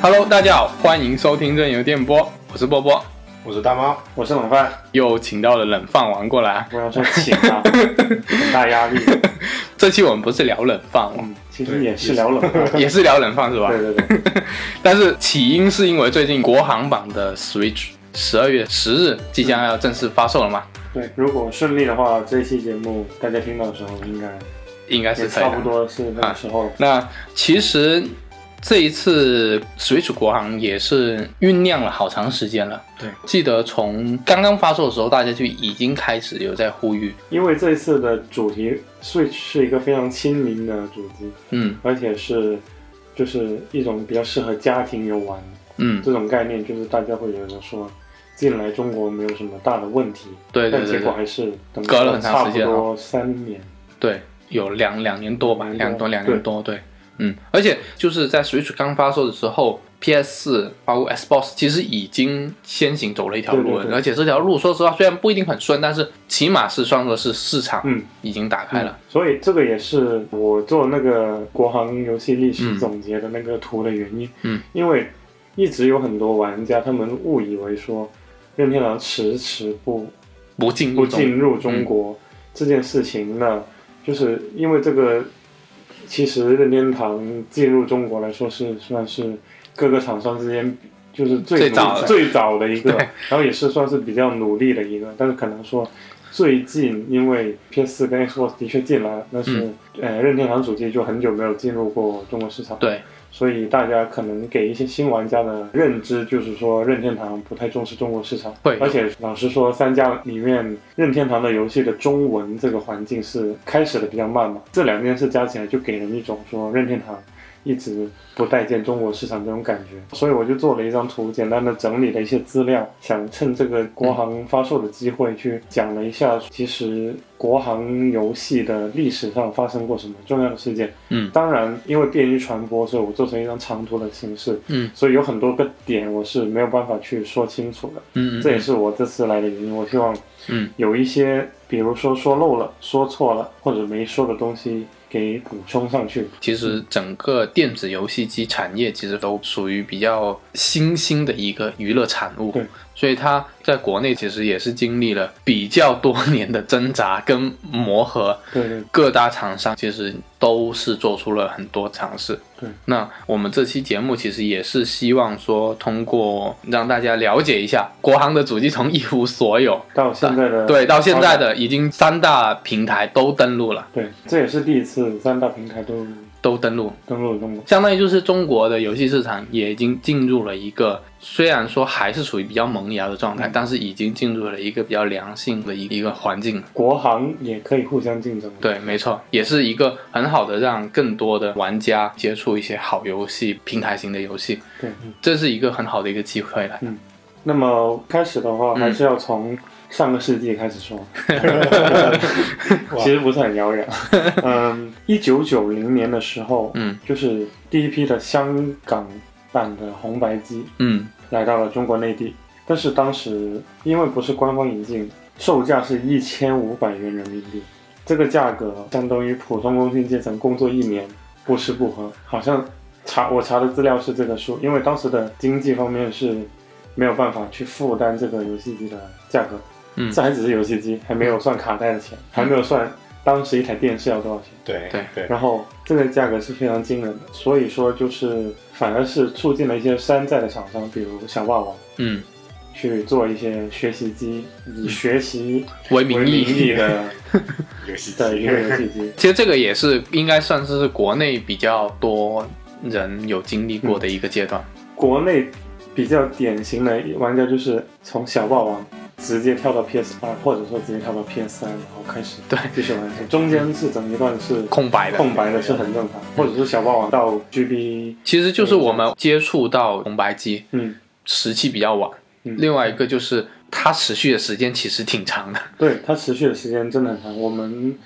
Hello，大家好，欢迎收听任由电波，我是波波，我是大猫，我是冷饭，又请到了冷饭王过来啊。不要说请 啊，很大压力。这期我们不是聊冷饭王，嗯，其实也是聊冷饭。也是聊冷饭是吧？对对对，但是起因是因为最近国行版的 Switch 十二月十日即将要正式发售了嘛，对，如果顺利的话，这一期节目大家听到的时候，应该应该也是可以啊差的不多是那个时候了。那其实这一次 Switch 国行也是酝酿了好长时间了。对，记得从刚刚发售的时候，大家就已经开始有在呼吁，因为这一次的主题 Switch 是一个非常亲民的主题，嗯而且是就是一种比较适合家庭游玩嗯，这种概念，就是大家会觉得说。进来中国没有什么大的问题，对对但对结果对还是等隔了很长时间差啊不多三年，对，有两两年多吧，两两多年多两年多，对，嗯，而且就是在 Switch 刚发售的时候。PS 4包括 Xbox 其实已经先行走了一条路了，对对对而且这条路说实话虽然不一定很顺，但是起码是算作是市场嗯，已经打开了。所以这个也是我做那个国行游戏历史总结的那个图的原因。嗯，因为一直有很多玩家他们误以为说任天堂迟迟不不进不入中嗯进入中国、这件事情呢，就是因为这个，其实任天堂进入中国来说是算是各个厂商之间就是最最努早的最早的一个对，然后也是算是比较努力的一个，但是可能说。最近因为 PS 4跟 Xbox 的确进来了，但嗯是、呃任天堂主机就很久没有进入过中国市场，对，所以大家可能给一些新玩家的认知就是说，任天堂不太重视中国市场。会而且老实说，三家里面任天堂的游戏的中文这个环境是开始的比较慢嘛，这两件事加起来就给人一种说任天堂。一直不待见中国市场这种感觉，所以我就做了一张图，简单的整理了一些资料，想趁这个国行发售的机会去讲了一下，其实国行游戏的历史上发生过什么重要的事件。嗯当然，因为便于传播，所以我做成一张长图的形式，嗯所以有很多个点我是没有办法去说清楚的。嗯，嗯这也是我这次来的原因。我希望嗯有一些，比如说说漏了、说错了或者没说的东西给补充上去。其实整个电子游戏机产业其实都属于比较新兴的一个娱乐产物对，所以它在国内其实也是经历了比较多年的挣扎跟磨合。对对各大厂商其实都是做出了很多尝试。对，那我们这期节目其实也是希望说，通过让大家了解一下国行的主机从一无所有，到现在的对，到现在的已经三大平台都登录了，对，这也是第一次三大平台都都登录，登陆中国。相当于就是中国的游戏市场也已经进入了一个，虽然说还是处于比较萌芽的状嗯态，但是已经进入了一个比较良性的一一个环境。国行也可以互相竞争。对，没错，也是一个很好的让更多的玩家接触一些好游戏、平台型的游戏，对，这是一个很好的一个机会来。那么开始的话，嗯还是要从上个世纪开 始说， 其实不是很遥远。嗯，一九九零年的时候，嗯就是第一批的香港版的红白机嗯来到了中国内地，但是当时因为不是官方引进，售价是一千五百元人民币，这个价格相当于普通工薪阶层工作一年，不吃不喝，好像查我查的资料是这个数，因为当时的经济方面是没有办法去负担这个游戏机的价格，嗯这还只是游戏机，还没有算卡带的钱，还没有算当时一台电视要多少钱。对对对，然后这个价格是非常惊人的，所以说就是反而是促进了一些山寨的厂商，比如小霸王嗯，去做一些学习机，以学习为为名名义。义的游戏机，的一个游戏机。 其实这个也是应该算是国内比较多人有经历过的嗯一个阶段。国内比较典型的玩家就是从小霸王直接跳到 PS 八，或者说直接跳到 PS 三，然后开始对继续玩，中间是整一段是空白的，空白的，是很正常，或者是小霸王到 GB，其实就是我们接触到红白机嗯，时期比较晚，嗯另外一个就是它持续的时间其实挺长的。 对，它持续的时间真的很长。我们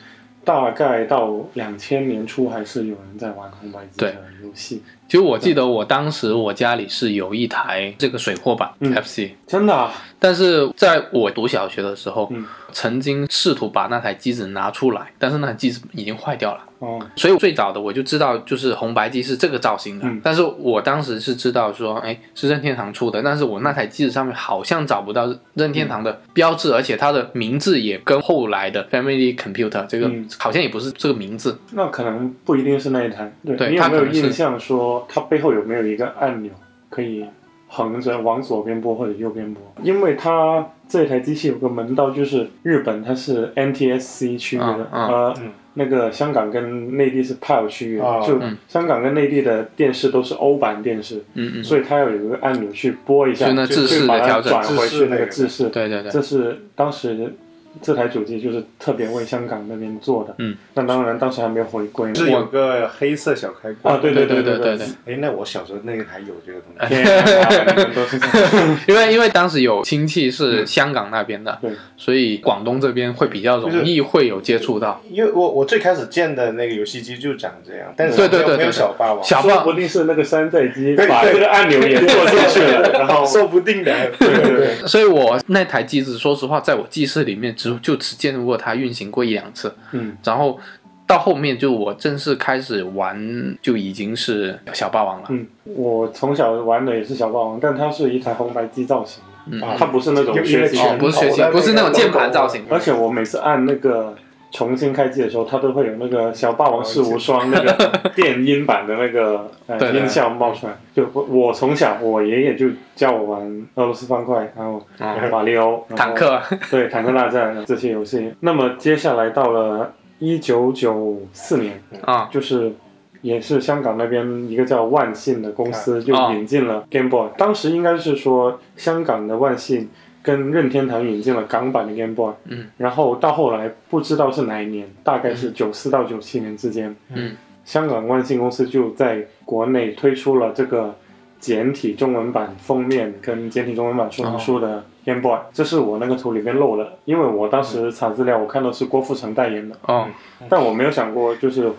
大概到两千年初还是有人在玩红白机的游戏，其实我记得我当时我家里是有一台这个水货版嗯 FC，、真的、啊，但是在我读小学的时候，嗯曾经试图把那台机子拿出来，但是那台机子已经坏掉了。哦，所以最早的我就知道，就是红白机是这个造型的。嗯但是我当时是知道说，哎，是任天堂出的，但是我那台机子上面好像找不到任天堂的标志，而且它的名字也跟后来的 Family Computer 这个、嗯好像也不是这个名字。那可能不一定是那一台。对对你有它没可有能是印象说它背后有没有一个按钮可以横着往左边拨或者右边拨？因为它这台机器有个门道，就是日本它是 NTSC 区域的，嗯呃，嗯那个香港跟内地是 PAL 区域的，啊就嗯香港跟内地的电视都是欧版电视，嗯嗯，所以它要有一个按钮去拨一下，就那就制式就的把它调整转回去那个制制式。对对对，这是当时这台主机就是特别为香港那边做的。嗯，那当然当时还没有回归。是有个黑色小开关啊，对对对对对对对。哎，那我小时候那个还有这个东哎西，天啊，你们都是这样因为因为当时有亲戚是香港那边的，嗯对所以广东这边会比较容易会有接触到。因为我我最开始见的那个游戏机就长这样，但是对对对对没有小霸王，小说霸不定是那个山寨机对把对这个按钮也做进去了，然后说不定的，对对对，所以我那台机子，说实话，在我记事里面只就只见过它运行过一两次，嗯，然后到后面就我正式开始玩，就已经是小霸王了。嗯，我从小玩的也是小霸王，但它是一台红白机造型，嗯啊它不是那种有一学个习哦，不是学习，拳头不是那种键盘造型。而且我每次按那个重新开机的时候，它都会有那个《小霸王世无双》那个电音版的那个 对呃对音效冒出来。就我我从小我爷爷就教我玩俄罗斯方块，然后嗯马里奥、然后坦，克，对坦克大战这些游戏。那么接下来到了一九九四年， 啊，就是。也是香港那边一个叫万信的公司就啊引进了 Game Boy，、当时应该是说香港的万信跟任天堂引进了港版的 Game Boy，嗯然后到后来不知道是哪一年，大概是九四到九七年之间，嗯香港万信公司就在国内推出了这个简体中文版封面跟简体中文版说明书的 Game Boy，、这是我那个图里面漏了，因为我当时查资料，我看到是郭富城代言的，哦，但我没有想过就是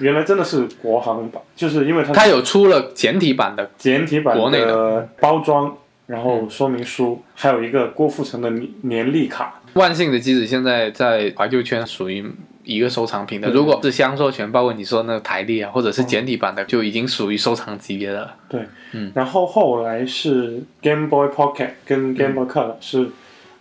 原来真的是国行版，就是因为它它有出了简体版的，嗯简体版国内的包装，然后说明书，还有一个郭富城的年年历卡。万幸的机子现在在怀旧圈属于。一个收藏嗯品的，如果是香授权，包括你说那个台历啊，或者哦是简体版的，就已经属于收藏级别的了。然后后来是 Game Boy Pocket 嗯跟 Game Boy Color、是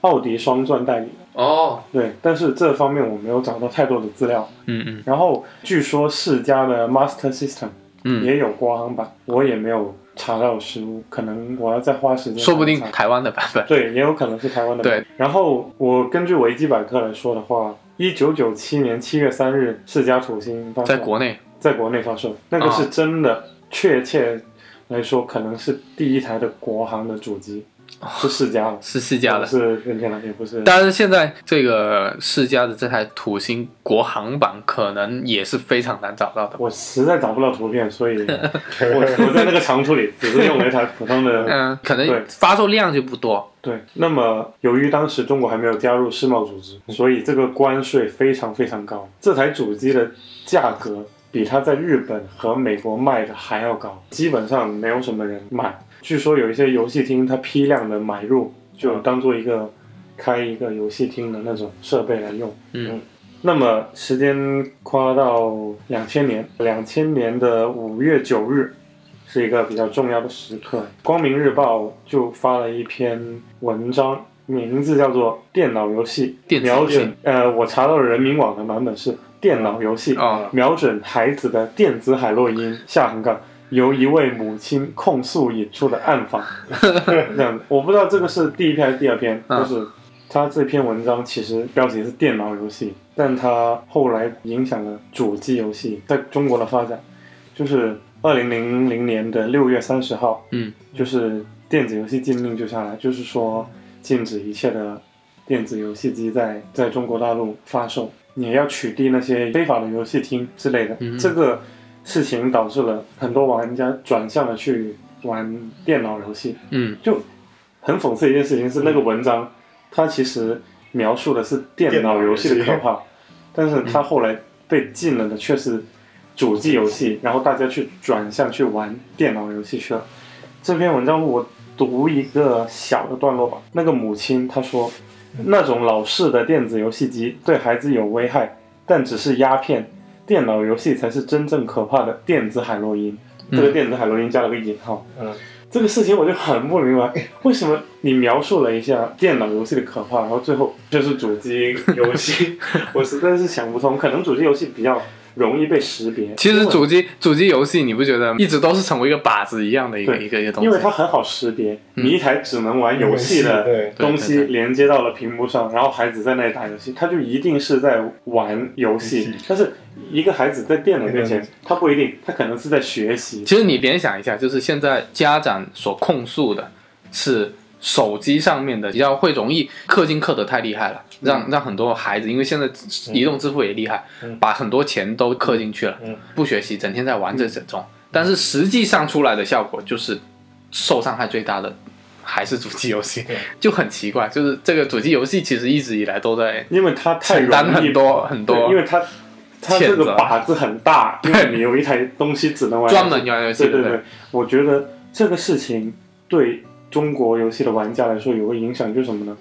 奥迪双钻代理的，哦，对，但是这方面我没有找到太多的资料。嗯嗯然后据说世嘉的 Master System 嗯，也有国行版，我也没有查到实物，可能我要再花时间。说不定。台湾的版 本。对，也有可能是台湾的。对。然后我根据维基百科来说的话，一九九七年七月三日，世嘉土星发售在国啊内，在国内发售，那个是真的，确切来说可能是第一台的国行的主机，是世 嘉的，是世嘉不哦的。是任天堂，也不是。但是现在这个世嘉的这台土星国行版可能也是非常难找到的。我实在找不到图 片，所以我我在那个长处里只是用了一台普通 的。嗯，可对能发售量就不多。对，那么由于当时中国还没有加入世贸组织，所以这个关税非常非常高。这台主机的价格比它在日本和美国卖的还要高，基本上没有什么人买。据说有一些游戏厅它批量的买入，就当做一个开一个游戏厅的那种设备来用。嗯那么时间跨到两千年，两千年的五月九日是一个比较重要的时刻，《光明日报》就发了一篇文章，名字叫做《电脑游戏》，电子瞄游戏准呃，我查到了人民网的版本是《电脑游戏》哦瞄准孩子的电子海洛因下横杠。由一位母亲控诉引出的暗访，这样子，我不知道这个是第一篇还是第二篇，嗯就是他这篇文章其实标题是电脑游戏，但他后来影响了主机游戏在中国的发展，就是二零零零年的六月三十号，嗯，就是电子游戏禁令就下来，就是说禁止一切的电子游戏机在在中国大陆发售，也要取缔那些非法的游戏厅之类的。嗯这个事情导致了很多玩家转向了去玩电脑游戏，嗯，就很讽刺一件事情是，那个文章、它其实描述的是电脑游戏的可怕，但是它后来被禁了的却是主机游戏，然后大家去转向去玩电脑游戏去了。这篇文章我读一个小的段落吧。那个母亲她说，那种老式的电子游戏机对孩子有危害，但只是鸦片。电脑游戏才是真正可怕的电子海洛因。这个嗯电子海洛因加了个引号，嗯，这个事情我就很不明白， 为什么你描述了一下电脑游戏的可怕，然后最后就是主机 游戏，我实在是想不通，可能主机游戏比较容易被识别。其实因为主机主机游戏，你不觉得一直都是成为一个靶子一样的一个对一个一个东西？因为它很好识别，嗯你一台只能玩游戏的对，对东对西连接到了屏幕上，然后孩子在那里打游戏，他就一定是在玩游戏游戏。但是一个孩子在电脑面对对前，他不一定，他可能是在学习。其实你联想一下，就是现在家长所控诉的是手机上面的比较会容易氪金氪得太厉害了，嗯让让很多孩子，因为现在移动支付也厉害，嗯把很多钱都氪进去了，嗯不学习，整天在玩这这种，但是实际上出来的效果就是受伤害最大的。还是主机游戏嗯对，就很奇怪，就是这个主机游戏其实一直以来都在因为他太承担容易很多很对因多为他他这谴责个靶子很大，因为你有一台东西只能玩游戏专门玩游戏对的对人对，我觉得这个事情对中国游戏的玩家来说有个影响，就是什么呢？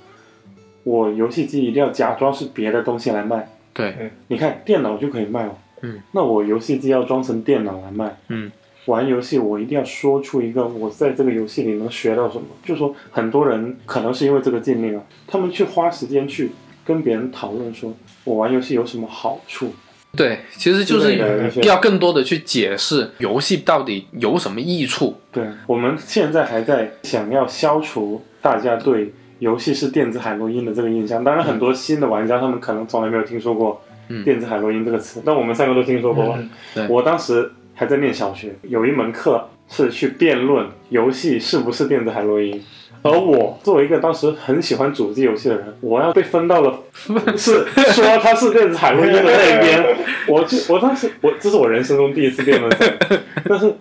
我游戏机一定要假装是别的东西来卖。对，你看电脑就可以卖哦，嗯，那我游戏机要装成电脑来卖，嗯，玩游戏我一定要说出一个我在这个游戏里能学到什么。就说很多人可能是因为这个禁令啊，他们去花时间去跟别人讨论说，我玩游戏有什么好处，对，其实就是之类的一些要更多的去解释游戏到底有什么益处。对，我们现在还在想要消除大家对游戏是电子海洛因的这个印象。当然，很多新的玩家他们可能从来没有听说过嗯电子海洛因这个词，但我们三个都听说过吧嗯对我当时还在念小学，有一门课是去辩论游戏是不是电子海洛因。而我作为一个当时很喜欢主机游戏的人，我要被分到了是说他是电子海洛因的那一 边， 我就我当时我这是我人生中第一次辩论赛，但是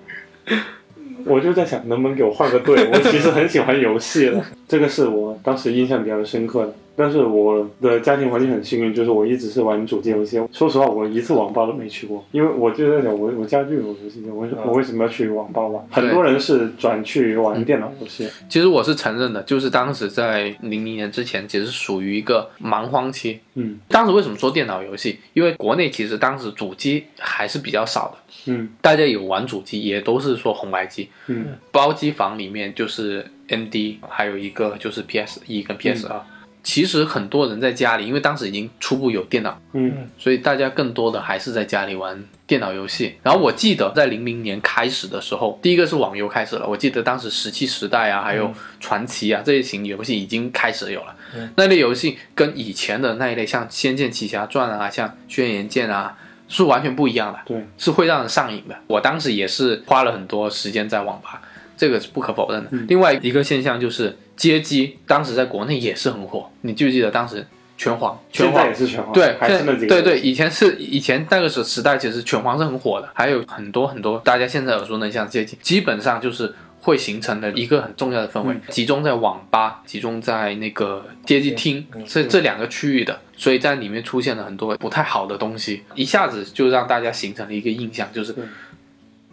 我就在想能不能给我换个队，我其实很喜欢游戏的，这个是我当时印象比较深刻的。但是我的家庭环境很幸运，就是我一直是玩主机游戏。说实话，我一次网吧都没去过，因为我就在想，我我家就有游戏机，我为什嗯我为什么要去网吧玩？很多人是转去嗯玩电脑游戏，其实我是承认的，就是当时在零零年之前，其实属于一个蛮荒期。嗯当时为什么说电脑游戏？因为国内其实当时主机还是比较少的，嗯大家有玩主机也都是说红白机，嗯包机房里面就是 ND，还有一个就是 PS 一跟 PS 二、嗯其实很多人在家里，因为当时已经初步有电脑嗯所以大家更多的还是在家里玩电脑游戏。然后我记得在零零年开始的时候，第一个是网游开始了，我记得当时《石器时代》啊，还有嗯传奇啊这一型游戏已经开始有了。嗯那类游戏跟以前的那一类，像《仙剑奇侠传》啊，像《轩辕剑》啊，是完全不一样的，对，是会让人上瘾的。我当时也是花了很多时间在网吧。这个是不可否认的。嗯另外一个现象就是街机，当时在国内也是很火。你记不记得当时拳皇？拳现皇在也是拳皇，对，还是那几个，对对，以前是以前那个时时代，其实拳皇是很火的，还有很多很多大家现在耳熟能详的街机，基本上就是会形成的一个很重要的氛围，嗯集中在网吧，集中在那个街机厅嗯这这两个区域的，所以在里面出现了很多不太好的东西，一下子就让大家形成了一个印象，就是嗯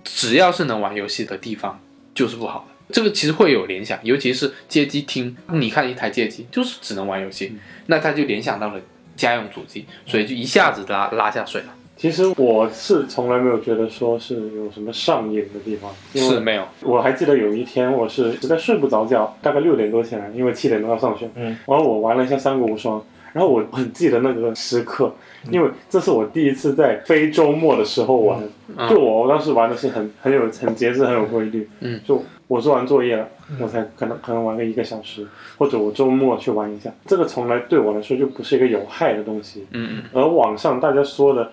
只要是能玩游戏的地方就是不好的。这个其实会有联想，尤其是街机厅，你看一台街机就是只能玩游戏，那他就联想到了家用主机，所以就一下子拉拉下水了。其实我是从来没有觉得说是有什么上瘾的地方，因是为没有，我还记得有一天我是实在睡不着觉，大概六点多起来，因为七点多要上学，嗯，然后我玩了一下《三国无双》，然后我很记得那个时刻，因为这是我第一次在非周末的时候玩，嗯就我当时玩的是很很有很节制、很有规律，嗯，就我做完作业了，我才可能可能玩个一个小时，或者我周末去玩一下，这个从来对我来说就不是一个有害的东西，嗯嗯，而网上大家说的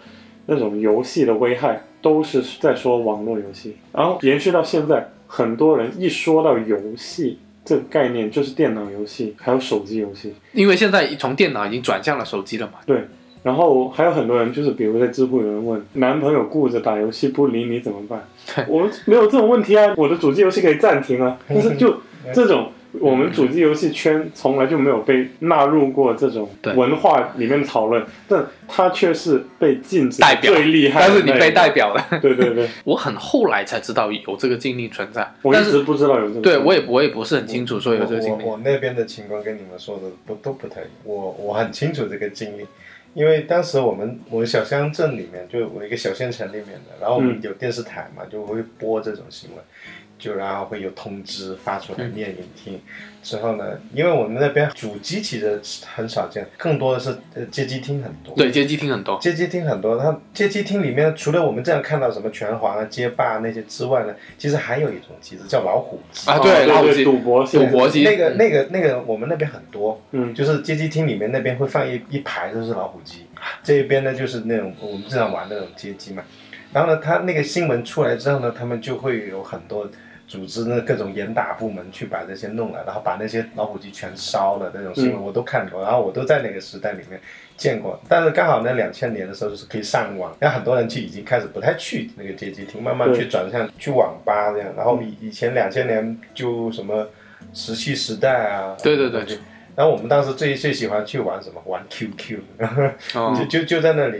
那种游戏的危害，都是在说网络游戏。然后延续到现在，很多人一说到游戏这个概念，就是电脑游戏，还有手机游戏。因为现在从电脑已经转向了手机了嘛，对，然后还有很多人就是，比如在知乎有人问，男朋友顾着打游戏不理你怎么办？我没有这种问题啊，我的主机游戏可以暂停啊。但是就这种。我们主机游戏圈从来就没有被纳入过这种对文化里面讨论，但它却是被禁止代表最厉害的但那一是个。你被代表了。对对对， 我很后来才知道有这个禁令存在，我一但直是不知道有这个。对我也我也不是很清楚说有我这个禁令我。我那边的情况跟你们说的不都不太一样，我我很清楚这个经历，因为当时我们我们小乡镇里面，就我一个小县城里面的，然后我们嗯有电视台嘛，就会播这种新闻，就然后会有通知发出来嗯念给你听。之后呢，因为我们那边主机其实很少见，更多的是呃街机厅很多。对，街机厅很多，街机厅很多，它街机厅里面除了我们这样看到什么拳皇啊、街霸啊那些之外呢，其实还有一种机子叫老虎机啊哦对老虎对机赌博赌现在博机那个、嗯那个、那个，我们那边很多，嗯，就是街机厅里面那边会放一一排都是老虎机，这一边呢就是那种我们经常玩的那种街机嘛。然后呢，他那个新闻出来之后呢，他们就会有很多组织呢各种严打部门去把这些弄了，然后把那些老虎机全烧了那种新闻我都看过，然后我都在那个时代里面见过。但是刚好呢，两千年的时候就是可以上网，然后很多人去已经开始不太去那个街机厅，慢慢对去转向去网吧这样。然后以以前两千年就什么石器时代啊，对对对就然后我们当时最最喜欢去玩什么？玩 QQ，哦就就就在那里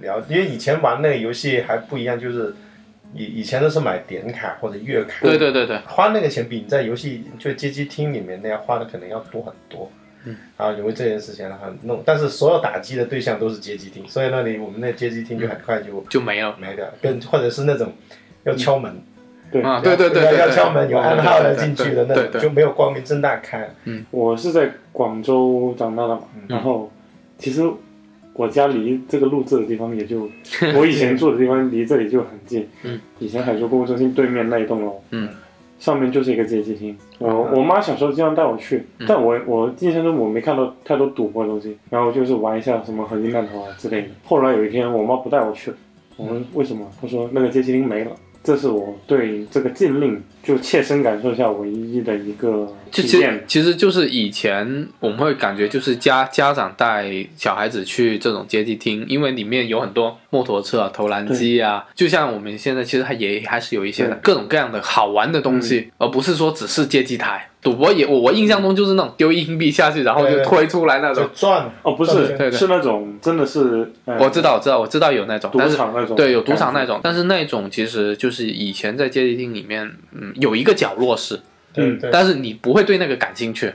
聊，因为以前玩那个游戏还不一样，就是以以前都是买点卡或者月哦卡，对对对对，花那个钱比你在游戏就街机厅里面那样花的可能要多很多。嗯，然后因为这件事情然后弄，但是所有打击的对象都是街机厅，所以那里我们那街机厅就很快就就没了。没掉，跟或者是那种要敲门，对啊，对对对对，要对敲门有暗号的进去的那对对种，就没有光明正大开。我是在广州长大的嘛，嗯然后其实我家离这个录制的地方 也就我以前住的地方离这里就很近。嗯，以前海珠购物中心对面那一栋楼，嗯，上面就是一个街机厅。我啊我妈小时候经常带我去，嗯但我我印象中我没看到太多赌博的东西，然后就是玩一下什么合金弹头啊之类的。后来有一天我妈不带我去了，我问为什么？她说那个街机厅没了。这是我对这个禁令就切身感受下唯一的一个就体其验实。其实就是以前我们会感觉就是家家长带小孩子去这种街机厅，因为里面有很多摩托车啊、投篮机啊，就像我们现在其实还也还是有一些对嗯各种各样的好玩的东西，而不是说只是街机台。赌博也我我印象中就是那种丢硬币下去，然后对就对推出来那就种。转哦，不转是，圈对对是那种真的是，呃、我知道，我知道，我知道有那种，赌但是场那种，对，有赌场那，种，但是那种其实就是以前在街机厅里面，嗯，有一个角落是，对嗯对，但是你不会对那个感兴趣，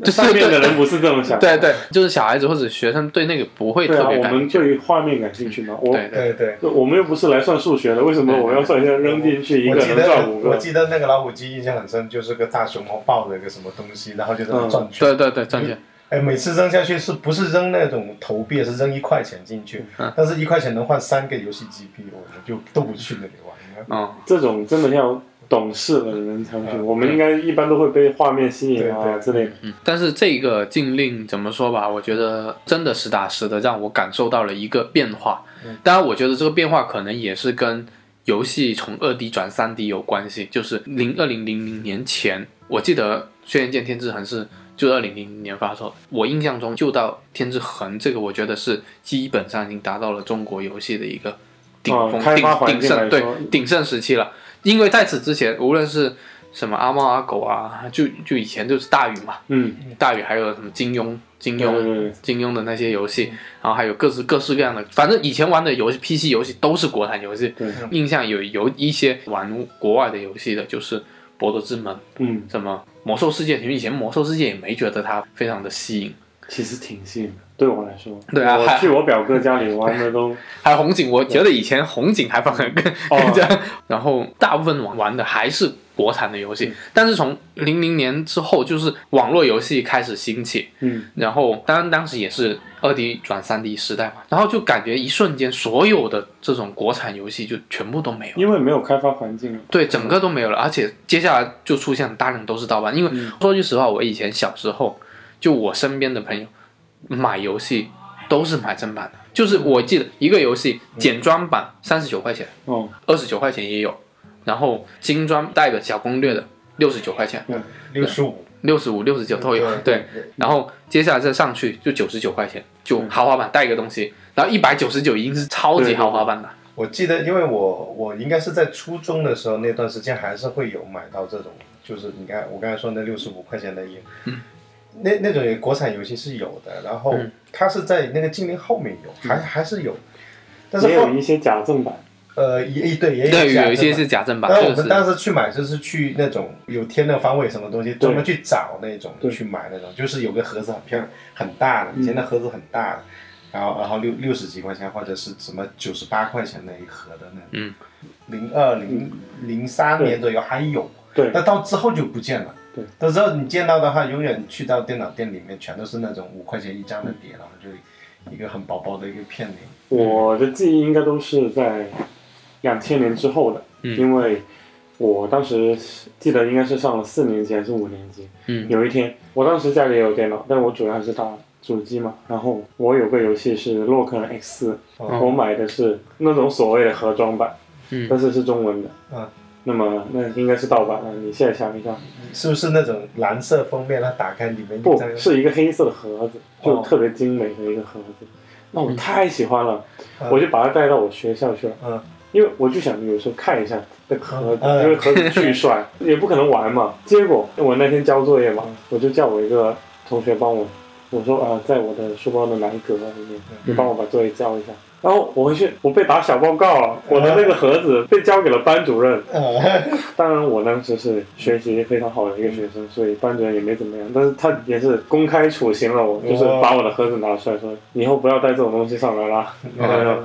就是上面的对人不是这么想，对对，就是小孩子或者学生对那个不会对特啊，别我感们兴趣。对于画面感兴趣嘛，我对对对对。我们又不是来算数学的，为什么对我要算一下扔进去一我个记能得赚五我个？记得那个老虎机印象很深，就是个大熊猫抱着一个什么东西，然后就在那转圈。对对对，嗯赚钱。哎，每次扔下去是不是扔那种投币，是扔一块钱进去？嗯但是一块钱能换三个游戏机币，我们就都不去那里玩了。嗯，这种真的要懂事的人才去，嗯我们应该一般都会被画面吸引对啊对之类的。嗯，但是这个禁令怎么说吧？我觉得真的实打实的让我感受到了一个变化嗯。当然，我觉得这个变化可能也是跟游戏从二 D 转三 D 有关系。就是零二零零零年前，我记得《轩辕剑天之痕》是就二零零零年发售，我印象中就到《天之痕》这个，我觉得是基本上已经达到了中国游戏的一个顶哦峰、开发顶环鼎境来盛，对说鼎盛时期了。因为在此之前，无论是什么阿猫阿狗啊，就就以前就是大禹嘛，嗯，大宇还有什么金庸、金对对庸、嗯对对，金庸的那些游戏，然后还有各式各式各样的，反正以前玩的游戏 PC 游戏都是国产游戏嗯对。印象有有一些玩国外的游戏的，就是《博德之门》、嗯，什么《魔兽世界》，因为以前《魔兽世界》也没觉得它非常的吸引，其实挺吸引的，对我来说。对啊我还去我表哥家里玩 的都，还有红警，我觉得以前红警还反而更 更加，然后大部分玩玩的还是国产的游戏，但是从零零年之后，就是网络游戏开始兴起，嗯，然后当然当时也是二 D 转三 D 时代嘛，然后就感觉一瞬间所有的这种国产游戏就全部都没有，因为没有开发环境了。对，整个都没有了，而且接下来就出现大量都是盗版，因为嗯说句实话，我以前小时候就我身边的朋友买游戏都是买正版的，就是我记得一个游戏简装版三十九块钱，哦，二十九块钱也有，然后精装带个小攻略的六十九块钱，六十五六十五、六十九都有，对。然后接下来再上去就九十九块钱，就嗯豪华版带一个东西，然后一百九十九已经是超级豪华版了。我记得，因为我我应该是在初中的时候那段时间，还是会有买到这种，就是你刚我刚才说那六十五块钱的也，嗯那那种国产游戏是有的，然后嗯它是在那个精灵后面有，还还是有，但也是后有一些假正版。呃也对也对，有啊有一些假的是假正版，但这我个们是当时去买就是去那种有贴那个方位什么东西，专门去找那种对嗯去买那种，就是有个盒子很漂亮很大的，以前那盒子很大的，然后然后六六十几块钱或者是什么九十八块钱那一盒的那，嗯，零二零零三年左右还有，嗯对那到之后就不见了。对，到之后你见到的话，永远去到电脑店里面，全都是那种五块钱一张的碟，然后就一个很薄薄的一个片里。嗯我的记忆应该都是在两千年之后的，嗯因为我当时记得应该是上了四年级还是五年级。嗯有一天，我当时家里也有电脑，但我主要还是打主机嘛。然后我有个游戏是洛克人 X 四、哦我买的是那种所谓的盒装版，嗯但是是中文的。嗯那么那应该是盗版了。你现在想一下，是不是那种蓝色封面？它打开里面一不张是一个黑色的盒子，就哦特别精美的一个盒子。那我太喜欢了，嗯我就把它带到我学校去了。嗯因为我就想有时候看一下那盒子，嗯因为盒子巨 帅，也不可能玩嘛。结果我那天交作业嘛，嗯我就叫我一个同学帮我，我说啊、在我的书包的哪一格里面，嗯你帮我把作业交一下。然后我回去，我被打小报告了，我的那个盒子被交给了班主任。 呃，当然，我当时是学习非常好的一个学生，所以班主任也没怎么样。但是他也是公开处刑了我，就是把我的盒子拿出来说，以后不要带这种东西上来啦。然后嗯然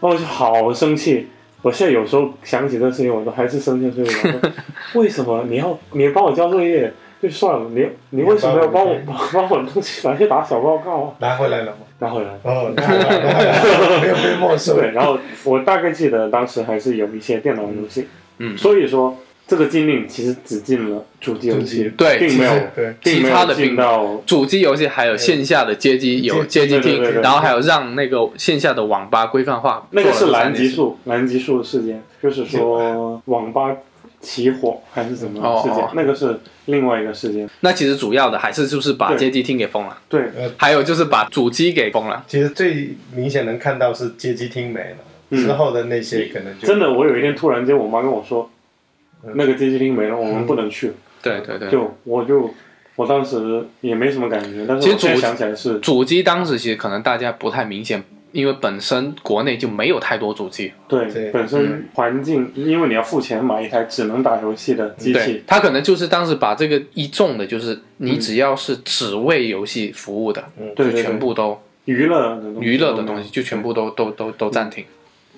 后我就好生气。我现在有时候想起这事情，我都还是生气，所以我想 说为什么你要你帮我交作业就算了，你你为什么要 帮我把把我的东西拿去打小报告啊？拿回来了吗？拿回来。哦，拿回来了拿回来了，没有被没收。对，然后我大概记得当时还是有一些电脑游戏，嗯，所以说这个禁令其实只禁了主机游戏，对并没有对，并其没他的有禁到主机游戏还有线下的街机有街街机对对对厅，对然后还有让那个线下的网吧规范化。那个做是了蓝三极年速，蓝极速事件，就是说网吧起火还是怎么哦事件，哦那个是另外一个事件。那其实主要的还是就是把对街机厅给封了，对，还有就是把主机给封了。其实最明显能看到是街机厅没了，嗯之后的那些可能就真的，我有一天突然间，我妈跟我说，嗯那个街机厅没了，我们不能去。对嗯对对，就我就我当时也没什么感觉，但其是实我现在主想起来是主机当时其实可能大家不太明显，因为本身国内就没有太多主机，对对本身环境，嗯因为你要付钱买一台只能打游戏的机对器，他可能就是当时把这个一中的就是你嗯只要是只为游戏服务的，对就对全对，部都娱乐的东西娱乐的都没有东西就全部都都都嗯都暂停。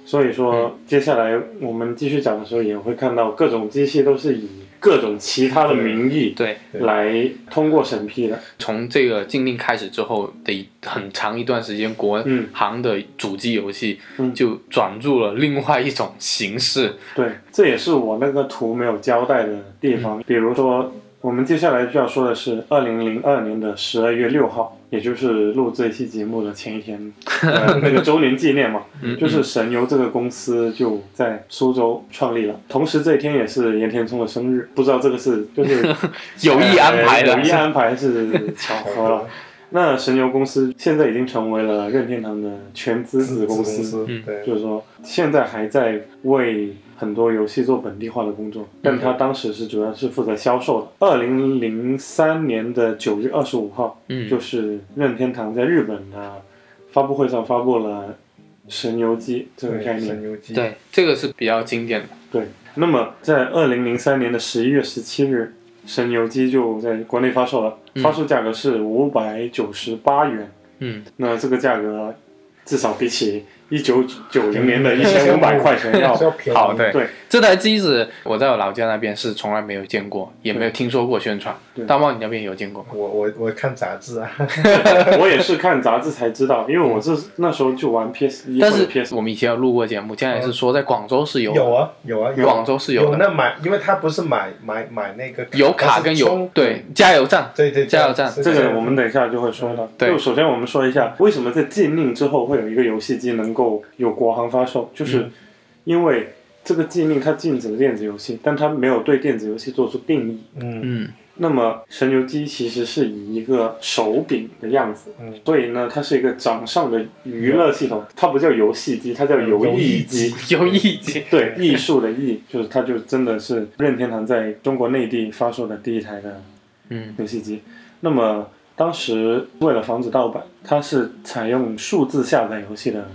所以说，接下来我们继续讲的时候，也会看到各种机器都是以各种其他的名义嗯对，对来通过审批的。从这个禁令开始之后的一很长一段时间，国嗯行的主机游戏嗯就转入了另外一种形式。对，这也是我那个图没有交代的嗯地方。比如说，我们接下来就要说的是二零零二年的十二月六号，也就是录这一期节目的前一 天，呃、那个周年纪念嘛，嗯就是神游这个公司就在苏州创立了。同时，这一天也是岩田聪的生日，不知道这个是就是 有意安排的嗯呃有意安排是巧 合了。那神游公司现在已经成为了任天堂的全资子公司，嗯对，就是说现在还在为很多游戏做本地化的工作，但他当时是主要是负责销售的。二零零三年的九月二十五号，嗯，就是任天堂在日本的发布会上发布了神游机这个概对念神。游机，对，这个是比较经典的。对，那么在二零零三年的十一月十七日，神游机就在国内发售了，嗯发售价格是五百九十八元。嗯，那这个价格至少比起一九九零年的一千五百块钱要 比较便宜。好，对，对这台机子我在我老家那边是从来没有见过，也没有听说过宣传对。大茂，你那边有见过吗？我我我看杂志啊， 我也是看杂志才知道，因为我是那时候就玩 PS 一或但者是 PS，我们以前有录过节目，江也是说在广州是有的，有啊有啊有啊广州是有有的，那买，因为他不是买买买那个有卡跟它是有充对加油站。对对加油站这个我们等一下就会说到。对就首先我们说一下，为什么在禁令之后会有一个游戏机能够有国行发售，就是因为这个禁令它禁止了电子游戏，但它没有对电子游戏做出定义。嗯嗯那么神游机其实是以一个手柄的样子，嗯所以呢，它是一个掌上的娱乐系统，它不叫游戏机，它叫游艺机。有意见。对，艺术的艺，就是它就真的是任天堂在中国内地发售的第一台的嗯游戏机。那么当时为了防止盗版，它是采用数字下载游戏的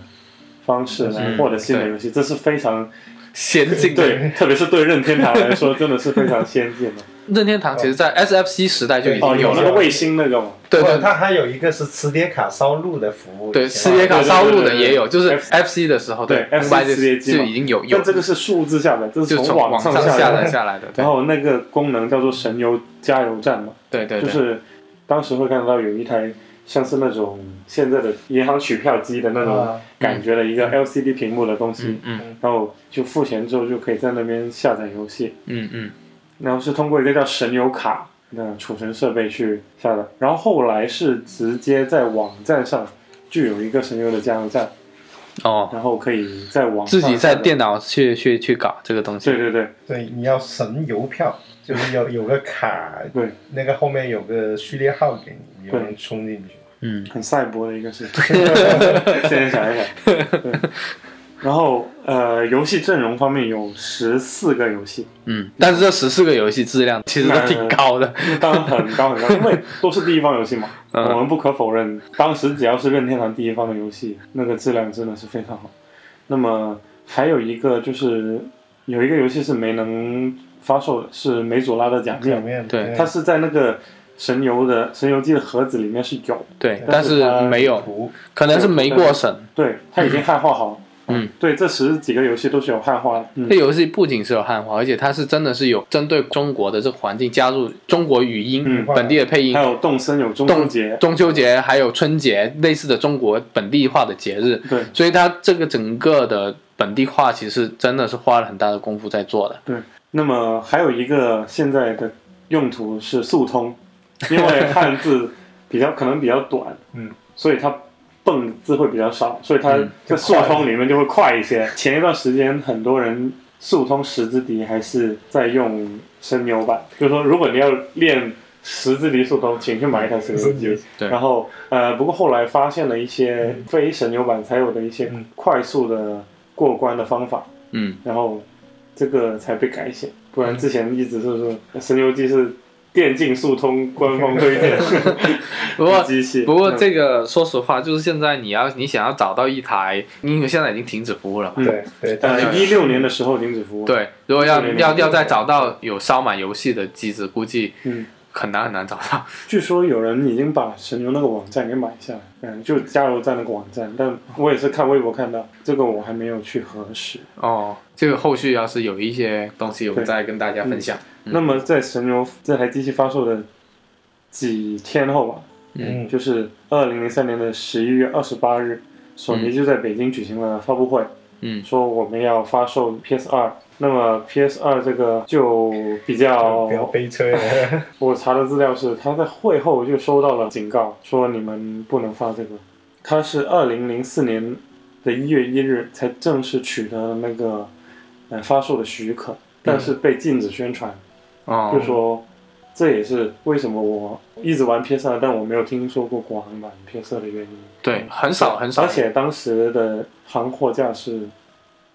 方式来嗯获得新的对游戏，这是非常先进的。对，特别是对任天堂来说，真的是非常先进的。任天堂其实，在 SFC 时代 就已哦，经哦有有那个了，卫星那个嘛，对或者对它还有一个是磁碟卡烧录的服务。对，以前世界卡烧录的对对对对也有，就是 F- FC 的时候，对 FC 500磁碟机就嘛已经有有但，这个是数字下载，这是就从从网上上下载来。下来哦的，对然后那个功能叫做神游加油站嘛，对对就对，是当时会看到有一台像是那种现在的银行取票机的那种啊感觉的一个 LCD 屏幕的东西，嗯嗯然后就付钱之后就可以在那边下载游戏，嗯嗯，然后是通过一个叫神游卡的储存设备去下载，然后后来是直接在网站上就有一个神游的加油站，哦，然后可以在网自己在上下载电脑去去去搞这个东西对，对对对，你要神邮 票，就是有有个卡，对，那个后面有个序列号给你，你就对能充进去。嗯很赛博的一个 事情。 现在想一想，对。然后呃，游戏阵容方面有十四个游戏，嗯，但是这十四个游戏质量其实都挺高的，当然很高很高，因为都是第一方游戏嘛。 嗯我们不可否认，当时只要是任天堂第一方的游戏，那个质量真的是非常好。那么还有一个就是有一个游戏是没能发售的，是梅佐拉的假表面，面对它是在那个神游的神游机的盒子里面是有，对，但但是是它没有，图可能是没过审。对，它已经汉化好了。嗯，对，这十几个游戏都是有汉化的。嗯这，游戏不仅是有汉化，而且它是真的是有针对中国的这个环境加入中国语音、嗯本地的配音还，有动森有中秋节，中秋节还有春节类似的中国本地化的节日，对所以它这个整个的本地化其实真的是花了很大的功夫在做的。对。那么还有一个现在的用途是速通，因为汉字比较可能比较短，嗯，所以它蹦字会比较少，所以它嗯在速通里面就会快一些。前一段时间很多人速通十字笛还是在用神牛版，就是说如果你要练十字笛速通，请去买一台神牛机。对然后呃，不过后来发现了一些非神牛版才有的一些嗯快速的过关的方法，嗯，然后这个才被改写，不然之前一直是说神牛机是电竞速通官方推荐 不过机器。不过嗯这个说实话，就是现在你要你想要找到一台，因为现在已经停止服务了嘛。嗯对对，但呃是一六年的时候停止服务，，对，如果要对要要再找到有烧满游戏的机子，估计嗯，很难很难找到。据说有人已经把神牛那个网站给买下来，嗯，就加油站那个网站，但我也是看微博看到，这个我还没有去核实。哦，这个后续要是有一些东西，我们对再跟大家分享。嗯那么在神牛这台机器发售的几天后吧，嗯，就是二零零三年的十一月二十八日，索尼就在北京举行了发布会，嗯说我们要发售 PS 二。那么 PS 二这个就比较不，要 悲催了。我查的资料是他在会后就收到了警告，说你们不能发这个。它是二零零四年的一月一日才正式取得那个呃发售的许可，但是被禁止宣传。哦，就说这也是为什么我一直玩 PS 二，但我没有听说过国行版 PS 二的原因。对，很少很少。而且当时的行货价是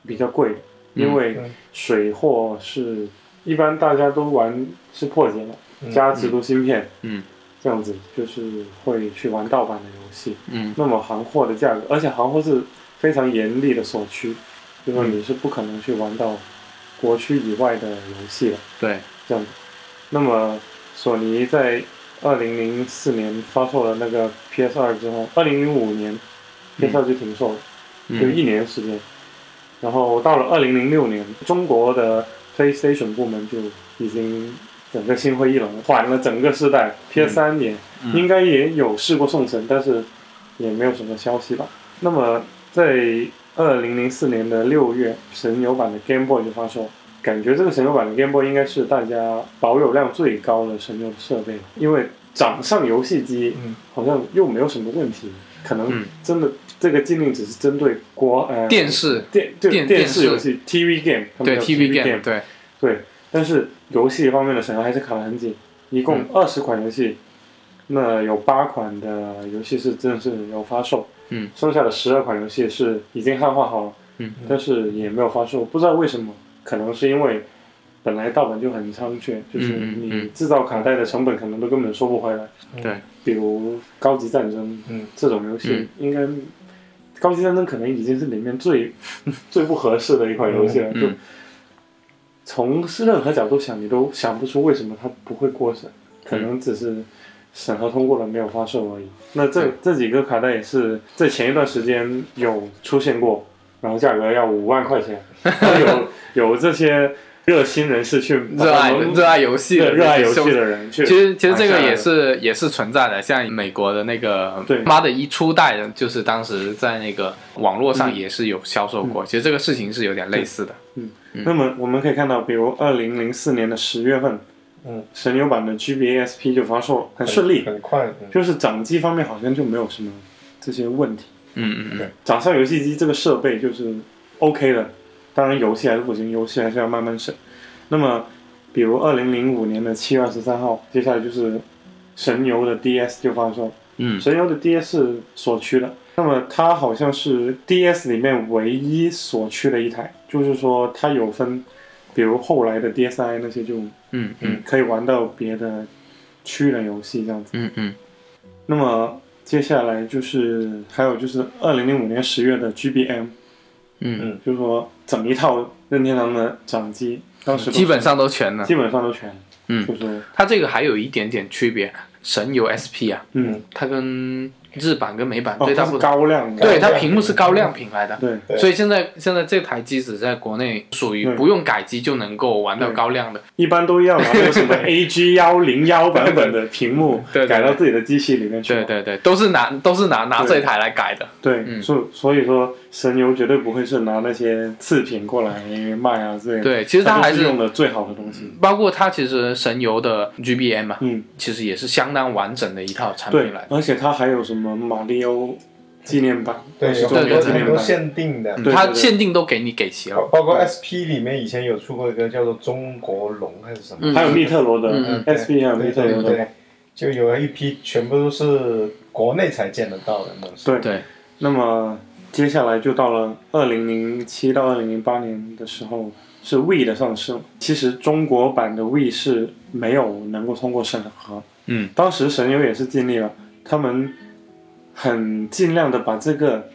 比较贵的，因为嗯水货是一般大家都玩是破解嘛，嗯加尺度芯片，嗯这样子就是会去玩盗版的游戏。嗯那么行货的价格，而且行货是非常严厉的锁区，就是嗯说你是不可能去玩到国区以外的游戏的。对，这样子。那么索尼在二零零四年发售了那个 PS 二之后，二零零五年 PS 二就停售了，就嗯一年时间。然后到了二零零六年，中国的 PlayStation 部门就已经整个心灰意冷了，缓了整个世代。PS 三也、嗯应该也有试过送审，但是也没有什么消息吧。那么在二零零四年的六月，神游版的 Game Boy 就发售。感觉这个神游版的 Game Boy 应该是大家保有量最高的神游设备，因为掌上游戏机嗯，好像又没有什么问题，可嗯能真的、这个禁令只是针对国呃电视电对电电电视视游戏 TV game 他们对叫 TV game 哦 game 对，对，但是游戏方面的审核还是卡得很紧，一嗯共二十款游戏，那有八款的游戏是正式有发售，嗯，剩下的十二款游戏是已经汉化好了，嗯，但是也没有发售，不知道为什么，可能是因为本来盗版就很猖獗，就是嗯嗯你嗯制造卡带的成本可能都根本收不回来，对，比如《高级战争》嗯这种游戏嗯应该高级战争可能已经是里面最 最不合适的一款游戏了，就嗯，从任何角度想，你都想不出为什么它不会过审，嗯可能只是审核通过了没有发售而已。那这这几个卡带也是在前一段时间有出现过，然后价格要五万 块钱，有有这些热心人士去热爱把它热爱游戏对的热爱游那些戏修的人去。其实其实这个买下来也了是也是存在的，像美国的那个对妈的一初代的，就是当时在那个网络嗯上也是有销售过。其实这个事情是有点类似的。那么我们可以看到，比如二零零四年的十月份，嗯，神游版的 GBASP 就发售了，很顺利，很快，嗯就是掌机方面好像就没有什么这些问题。嗯嗯嗯，掌上游戏机这个设备就是 OK 的，当然游戏还是不行，游戏还是要慢慢审。那么，比如二零零五年的七月二十三号，接下来就是神游的 DS 就发售，嗯神游的 DS 是锁区的，那么它好像是 DS 里面唯一锁区的一台，就是说它有分，比如后来的 DSi 那些就嗯嗯可以玩到别的区域的游戏这样子。嗯嗯那么接下来就是还有就是二零零五年十月的 GBM，嗯就是说整一套任天堂的掌机，当时嗯，都基本上都全了。基本上都全，嗯就是它这个还有一点点区别，神游 SP 啊，嗯，它跟日版跟美版哦，最大它是不同，高亮的，对它屏幕是高亮屏来的。对嗯对所以现在现在这台机子在国内属于对不用改机就能够玩到高亮的，一般都要拿那个什 么 AG 幺零幺版本的屏幕对对对改到自己的机器里面去嘛，对对对，都是拿都是拿拿这台来改的。对，嗯所、所以说神游绝对不会是拿那些次品过来卖啊之类的，，对，其实它还是是用的最好的东西，包括它其实神游的 GBM 嘛，嗯，啊其实也是相当完整的一套产对品来，的。而且它还有什么马里奥纪念版，对，有是很周多年对纪对很念多版，限定的，对它对对限定都给你给齐包了。包括 SP 里面以前有出过一个叫做中国龙还是什么，嗯还有密特罗的、嗯对 SP 还有密对特对罗的对，就有一批全部都是国内才见得到的那种。对对，那么接下来就到了二零零七到二零零八年的时候，是 We 的上市。其实中国版的 We 是没有能够通过审核，嗯，当时神游也是尽力了，他们很尽量的把这个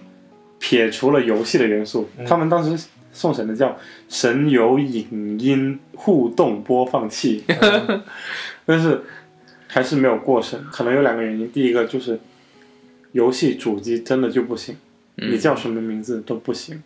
撇除了游戏的元素。嗯他们当时送审的叫“神游影音互动播放器”，但是还是没有过审，可能有两个原因。第一个就是游戏主机真的就不行，嗯你叫什么名字都不行，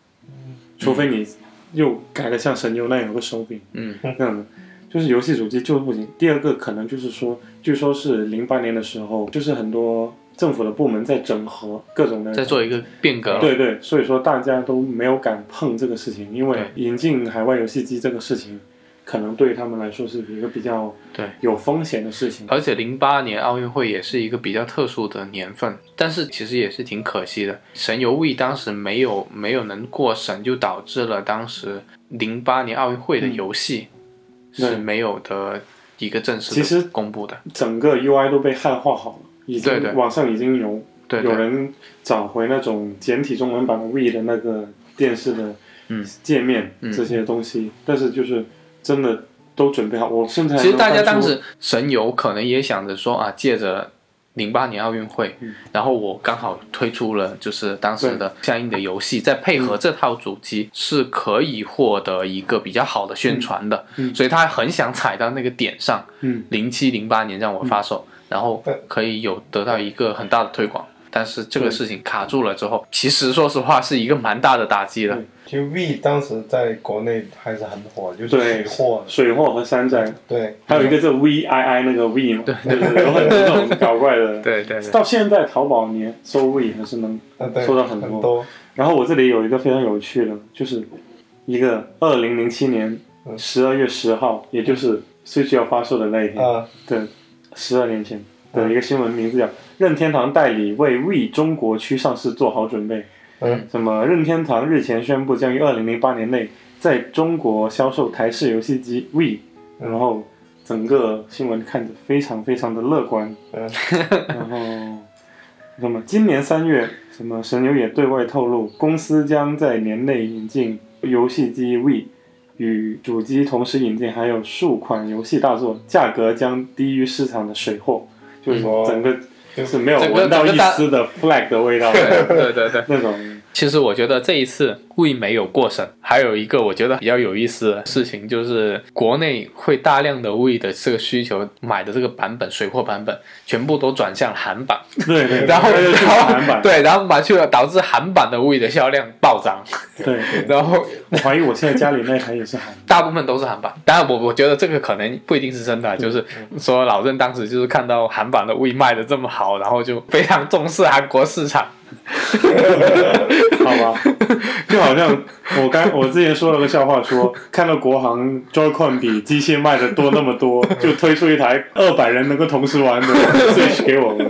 除非你又改的像神游那样有个手柄。嗯这样的，就是游戏主机就是不行。第二个可能就是说，据说是零八年的时候，就是很多政府的部门在整合各种的，再做一个变革。对对，所以说大家都没有敢碰这个事情，因为引进海外游戏机这个事情，可能对于他们来说是一个比较对有风险的事情。而且零八年奥运会也是一个比较特殊的年份，但是其实也是挺可惜的。神游 We 当时没有没有能过审，就导致了当时零八年奥运会的游戏嗯对是没有的一个正式的其实公布的。整个 UI 都被汉化好了，已经对对网上已经有对有对人找回那种简体中文版的 We 的那个电视的嗯界面、嗯这些东西，但是就是真的都准备好，我甚至还其实大家能翻当出时神游可能也想着说啊，借着零八年奥运会，嗯然后我刚好推出了就是当时的相应的游戏，再配合这套主机是可以获得一个比较好的宣传的，嗯嗯所以他很想踩到那个点上，嗯零七零八年让我发售，然后对可以有得到一个很大的推广。但是这个事情卡住了之后，其实说实话是一个蛮大的打击的对。其实 V 当时在国内还是很火，就是对水货，水货和山寨，对，还有一个这 VII 那个 V 嘛，就是有很多那种搞怪的。对对对，到现在淘宝你搜 We 还是能呃对，说到很很多多，然后我这里有一个非常有趣的，就是一个二零零七年嗯十二月十号，也就是 Switch 要发售的那一天，啊，对，十二年前嗯的一个新闻，名字叫“任天堂代理为 We 中国区上市做好准备”。嗯，什么？任天堂日前宣布，将于二零零八年内在中国销售台式游戏机 We。嗯然后整个新闻看着非常非常的乐观。嗯，然后什么？今年三月，什么神牛也对外透露，公司将在年内引进游戏机 We。与主机同时引进，还有数款游戏大作，价格将低于市场的水货，就是嗯整个就是没有哦整个闻到整一个大丝的 flag 的味道对对对对。那种其实我觉得这一次故意没有过审，还有一个我觉得比较有意思的事情，就是国内会大量的为的这个需求买的这个版本水货版本，全部都转向韩版， 对对，然后它就是韩然后 版，对，然后买去了，导致韩版的物语的销量暴涨，对，对然后我怀疑我现在家里那台也是韩版，大部分都是韩版。当然我，我觉得这个可能不一定是真嗯的啊，就是说老任当时就是看到韩版的 We 卖的这么好，然后就非常重视韩国市场。 好吧？就好像我刚我之前说了个笑话说，看到国行 Joy-Con 比机械卖的多那么多，就推出一台二百人能够同时玩的 Switch 给我们，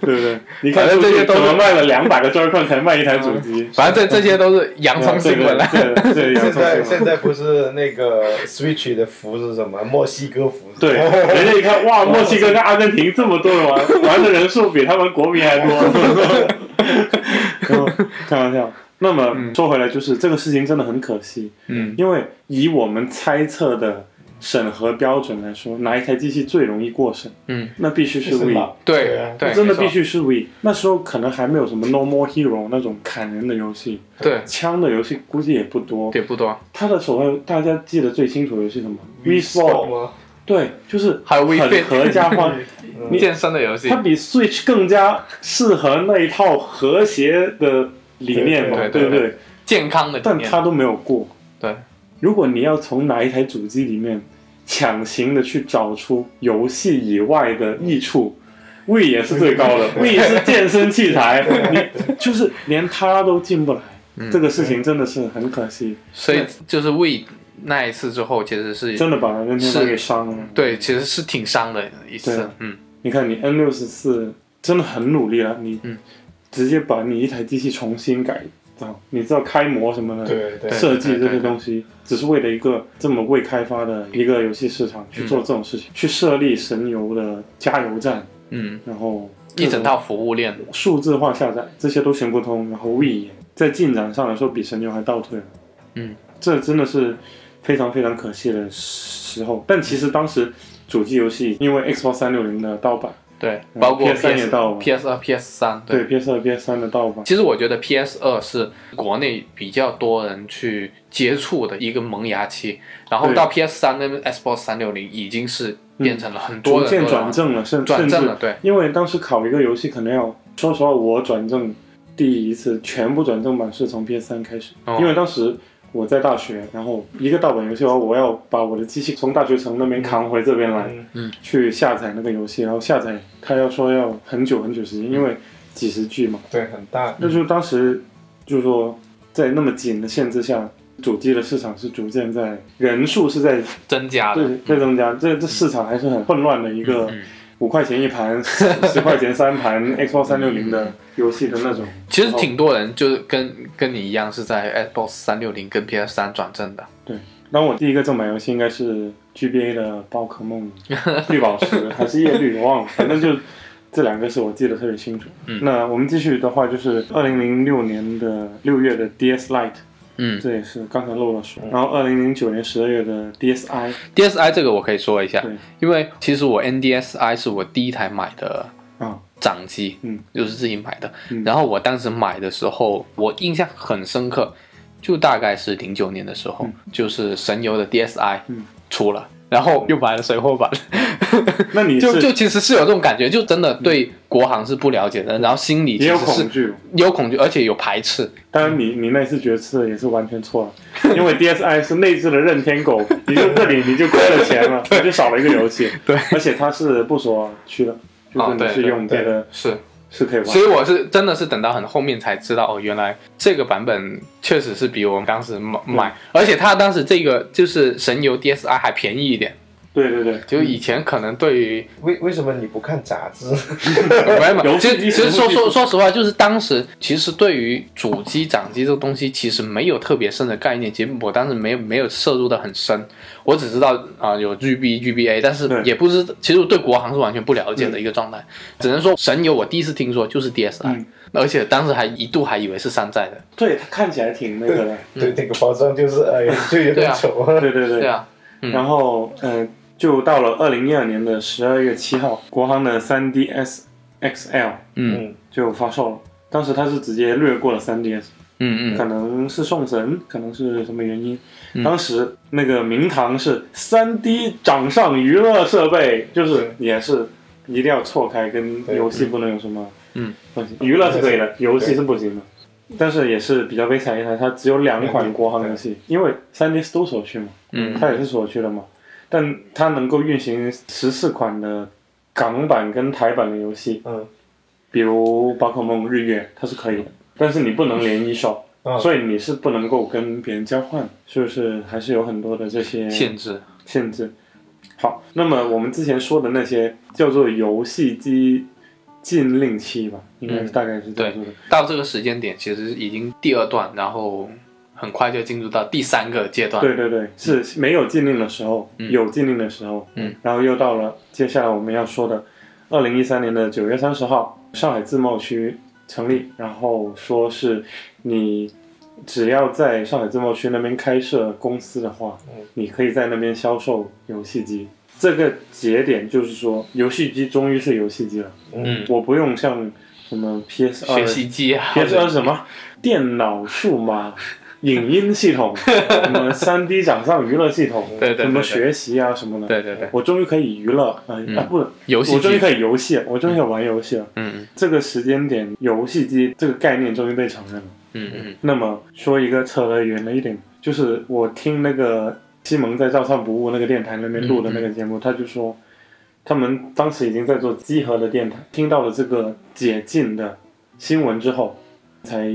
对不对？你看反正这些都是可能卖了两百个 Joy-Con 才卖一台主机，反正这这些都是洋葱啊新闻了。嗯对对对，洋葱现新在闻现在不是那个 Switch 的服是什么？墨西哥服。对，人家一看， 哇，墨西哥跟阿根廷这么多人玩，玩的人数比他们国民还 多。嗯 开玩笑。那么说回来，就是这个事情真的很可惜，嗯，因为以我们猜测的审核标准来说，哪一台机器最容易过审？嗯，那必须是是 We，吧对对啊对，真没的错必须是 We。那时候可能还没有什么 No More Hero 那种砍人的游戏，对，枪的游戏估计也不多。也不多。他的手腕大家记得最清楚的游戏是什么？We Sport Sport，吗？对，就是还有 We 很 Fit 合家 欢。你健身的游戏它，比 Switch 更加适合那一套和谐的理念嘛，对对不对对？健康的理但念它都没有过。对，如果你要从哪一台主机里面强行的去找出游戏以外的益处。嗯胃也是最高的，胃是健身 器材，你就是连它都进不来，嗯这个事情真的是很可惜，所以就是 We 那一次之后，其实是真的把任天堂给伤了。对，其实是挺伤的一对次啊。嗯，你看你 N 六十四真的很努力了，你嗯直接把你一台机器重新改造，你知道开模什么的对对对设计这对对些东西，只是为了一个这么未开发的一个游戏市场去做这种事情，去设立神游的加油站，嗯，然后一整套服务链。数字化下载这些都行不通，然后 w e 在进展上来说比神牛还倒退了。嗯，这真的是非常非常可惜的时候。但其实当时主机游戏因为 Xbox 三六零的盗版，对，嗯包括 PS3 也到了 PS 二、PS 三，对 PS 二、PS 三的盗版，其实我觉得 PS 二是国内比较多人去接触的一个萌芽期，然后对到 PS 三跟 Xbox 三六零已经是变成了很多嗯逐人渐都转玩正了，甚转正甚了，至对，因为当时考一个游戏可能要，说实话，我转正第一次全部转正版是从 PS 三开始，哦因为当时我在大学，然后一个盗版游戏玩，我要把我的机器从大学城那边扛回这边来，嗯去下载那个游戏，然后下载他要说要很久很久时间，因为几十 G 嗯嘛，对，很大。那就是当时就是说在那么紧的限制下。主机的市场是逐渐在人数是在增加的，对在增加，这这市场还是很混乱的一个嗯，五块钱一盘、十十块钱三盘 Xbox 三六零嗯的游戏的那种，其实挺多人就是跟跟你一样是在 Xbox 三六零跟 PS 三转正的，对。然后我第一个正版游戏应该是 GBA 的《宝可 梦》绿宝石还是叶绿，我忘了，反正就这两个是我记得特别清楚。嗯那我们继续的话，就是二零零六年的六月的 DS Lite，嗯这也是刚才漏了说。然后二零零九年十二月的 DSi， ，DSi 这个我可以说一下对，因为其实我 NDSi 是我第一台买的啊，掌机，嗯，就是自己买的。嗯然后我当时买的时候，我印象很深刻，就大概是零九年的时候，嗯就是神游的 DSi 嗯出了。然后又买了水货 版，那你就是就其实是有这种感觉，就真的对国行是不了解的，然后心里其嗯也有实恐是惧。有恐惧，而且有排斥。当然你，你那次决策也是完全错了，因为 DSi 是内置的任天 狗，你就这里你就亏了钱了，你就少了一个游戏。对，而且它是不锁区的，就是哦你对是用别的是，是可以玩所。以我是真的是等到很后面才知道，哦，原来这个版本确实是比我们当时买买，而且它当时这个就是神游 DSi 还便宜一点，对对对，就以前可能对于为为什么你不看杂志？没有，游其实其戏机实服说务器说说实话，就是当时其实对于主机、掌机这个东西，其实没有特别深的概念。其实我当时没有没有摄入的很深，我只知道啊、有 GB、GBA，但是对也不知，其实我对国行是完全不了解的一个状态。只能说神游，我第一次听说就是 DSi，、嗯而且当时还一度还以为是山寨的。对，它看起来挺那个的。对，那个包装就是哎呀，就有对点啊丑。嗯对对 对。对啊，嗯然后，嗯、就到了二零一二年的十二月七号，国行的三 DS XL 嗯嗯，就发售了。当时它是直接略过了 3DS，嗯可嗯，能是送神，可能是什么原因。当时那个名堂是 3D 掌上娱乐设备，就是也是一定要错开，跟对游戏不能有什么嗯东西。娱乐是可以的，游戏是不行的。但是也是比较悲惨一台，它只有两款国行游戏，因为 3DS 都锁区嘛，嗯它也是锁区的嘛，但它能够运行十四款的港版跟台版的游戏，嗯，比如宝可梦日月，它是可以的，但是你不能连 eShop，、啊所以你是不能够跟别人交换，是不是？还是有很多的这些限制，限制。好，那么我们之前说的那些叫做游戏机禁令期吧，应该嗯大概是这样说的。到这个时间点，其实已经第二段，然后很快就进入到第三个阶段。对对对，是没有禁令的时候，嗯有禁令的时候，嗯，然后又到了接下来我们要说的，二零一三年的九月三十号，上海自贸区成立，然后说是你只要在上海自贸区那边开设公司的话，嗯你可以在那边销售游戏机。这个节点就是说，游戏机终于是游戏机了，嗯，我不用像什么 PS 呃二学习机啊，别说什么电脑数码、影音系 统，什么三 D 掌上娱乐系统，对对对什么对学习啊什么的。对对对，我终于可以娱乐，呃、嗯啊不，我游戏终于机，可以游戏了，我终于可以玩游戏了。嗯这个时间点，游戏机这个概念终于被承认了。嗯嗯那么说一个扯得远了一点，就是我听那个西蒙在照唱不误那个电台那边录的那个节目，他就说，他们当时已经在做集合的电台，听到了这个解禁的新闻之后，才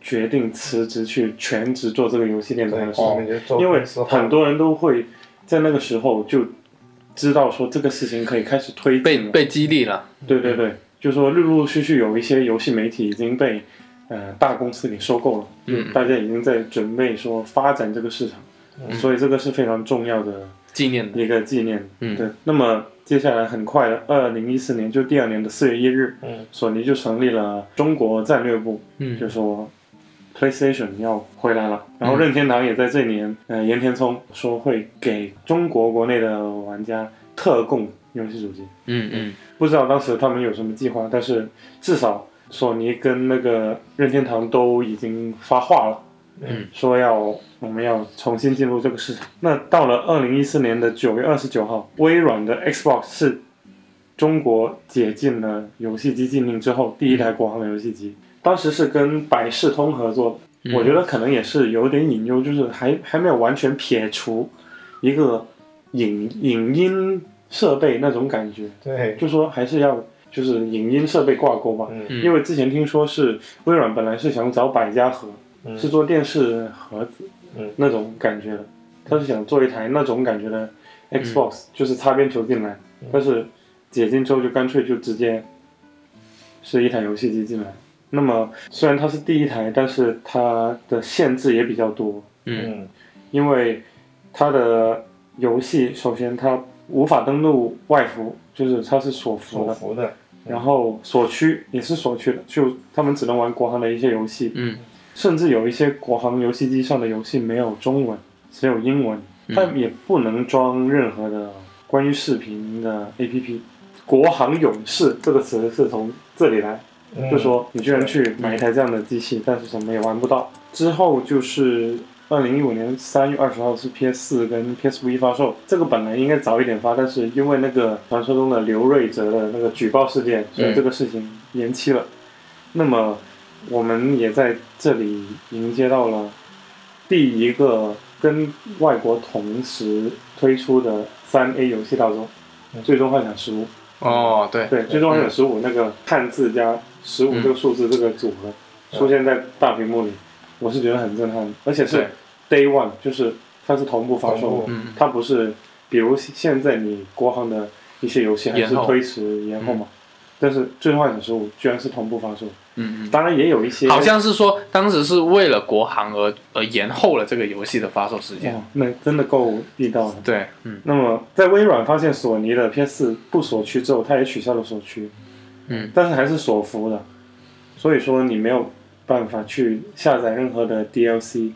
决定辞职去全职做这个游戏电台嗯对，的事情，上面就哦做哦因为公司化很多人都会在那个时候就知道说这个事情可以开始推嗯，被进了，被激励了，对对对，就说陆陆续续有一些游戏媒体已经被呃大公司给收购了。嗯，大家已经在准备说发展这个市场，所以这个是非常重要的纪念的，一个纪念。嗯对。那么接下来很快的，二零一四年就第二年的四月一日，嗯索尼就成立了中国战略部，就嗯说 PlayStation 要回来了。然后任天堂也在这一年，呃，岩田聪说会给中国国内的玩家特供游戏主机。嗯嗯不知道当时他们有什么计划，但是至少索尼跟那个任天堂都已经发话了，嗯，说要我们要重新进入这个市场。那到了二零一四年的九月二十九号，微软的 Xbox 是中国解禁了游戏机禁令之后第一台国行的游戏机，当时是跟百事通合作的，嗯我觉得可能也是有点隐忧，就是还还没有完全撇除一个影影音设备那种感觉。对，就说还是要就是影音设备挂钩吧，嗯嗯，因为之前听说是微软本来是想找百家盒，嗯是做电视盒子，嗯嗯那种感觉的，他是想做一台那种感觉的 Xbox，、就是擦边球进来，但是解禁之后就干脆就直接是一台游戏机进来。那么虽然它是第一台，但是它的限制也比较多，嗯嗯因为它的游戏首先它无法登录外服，就是它是锁服所的，服的，然后锁区也是锁区的，就他们只能玩国行的一些游戏，嗯甚至有一些国行游戏机上的游戏没有中文，只有英文，它也不能装任何的关于视频的 APP。国行勇士这个词是从这里来，嗯就说你居然去买一台这样的机器，但是什么也玩不到。之后就是二零一五年三月二十号是 PS 四跟 PS 五一发售，这个本来应该早一点发，但是因为那个传说中的刘瑞哲的那个举报事件，所以嗯这个事情延期了。那么我们也在这里迎接到了第一个跟外国同时推出的三 A 游戏大作嗯《最终幻想十五》。哦对，对，最终幻想十五那个汉字加十五嗯这个数字这个组合、嗯出现在大屏幕里，我是觉得很震撼，而且是对 day one，就是它是同步发售同的步，嗯它不是比如现在你国行的一些游戏还是延后推迟延后嘛，但是最终幻想十五居然是同步发售，嗯当然也有一些嗯，好像是说当时是为了国行而而延后了这个游戏的发售时间哇。，哎那真的够地道的。对，嗯那么，在微软发现索尼的 PS 不锁区之后，它也取消了锁区，嗯但是还是锁服的，所以说你没有办法去下载任何的 DLC，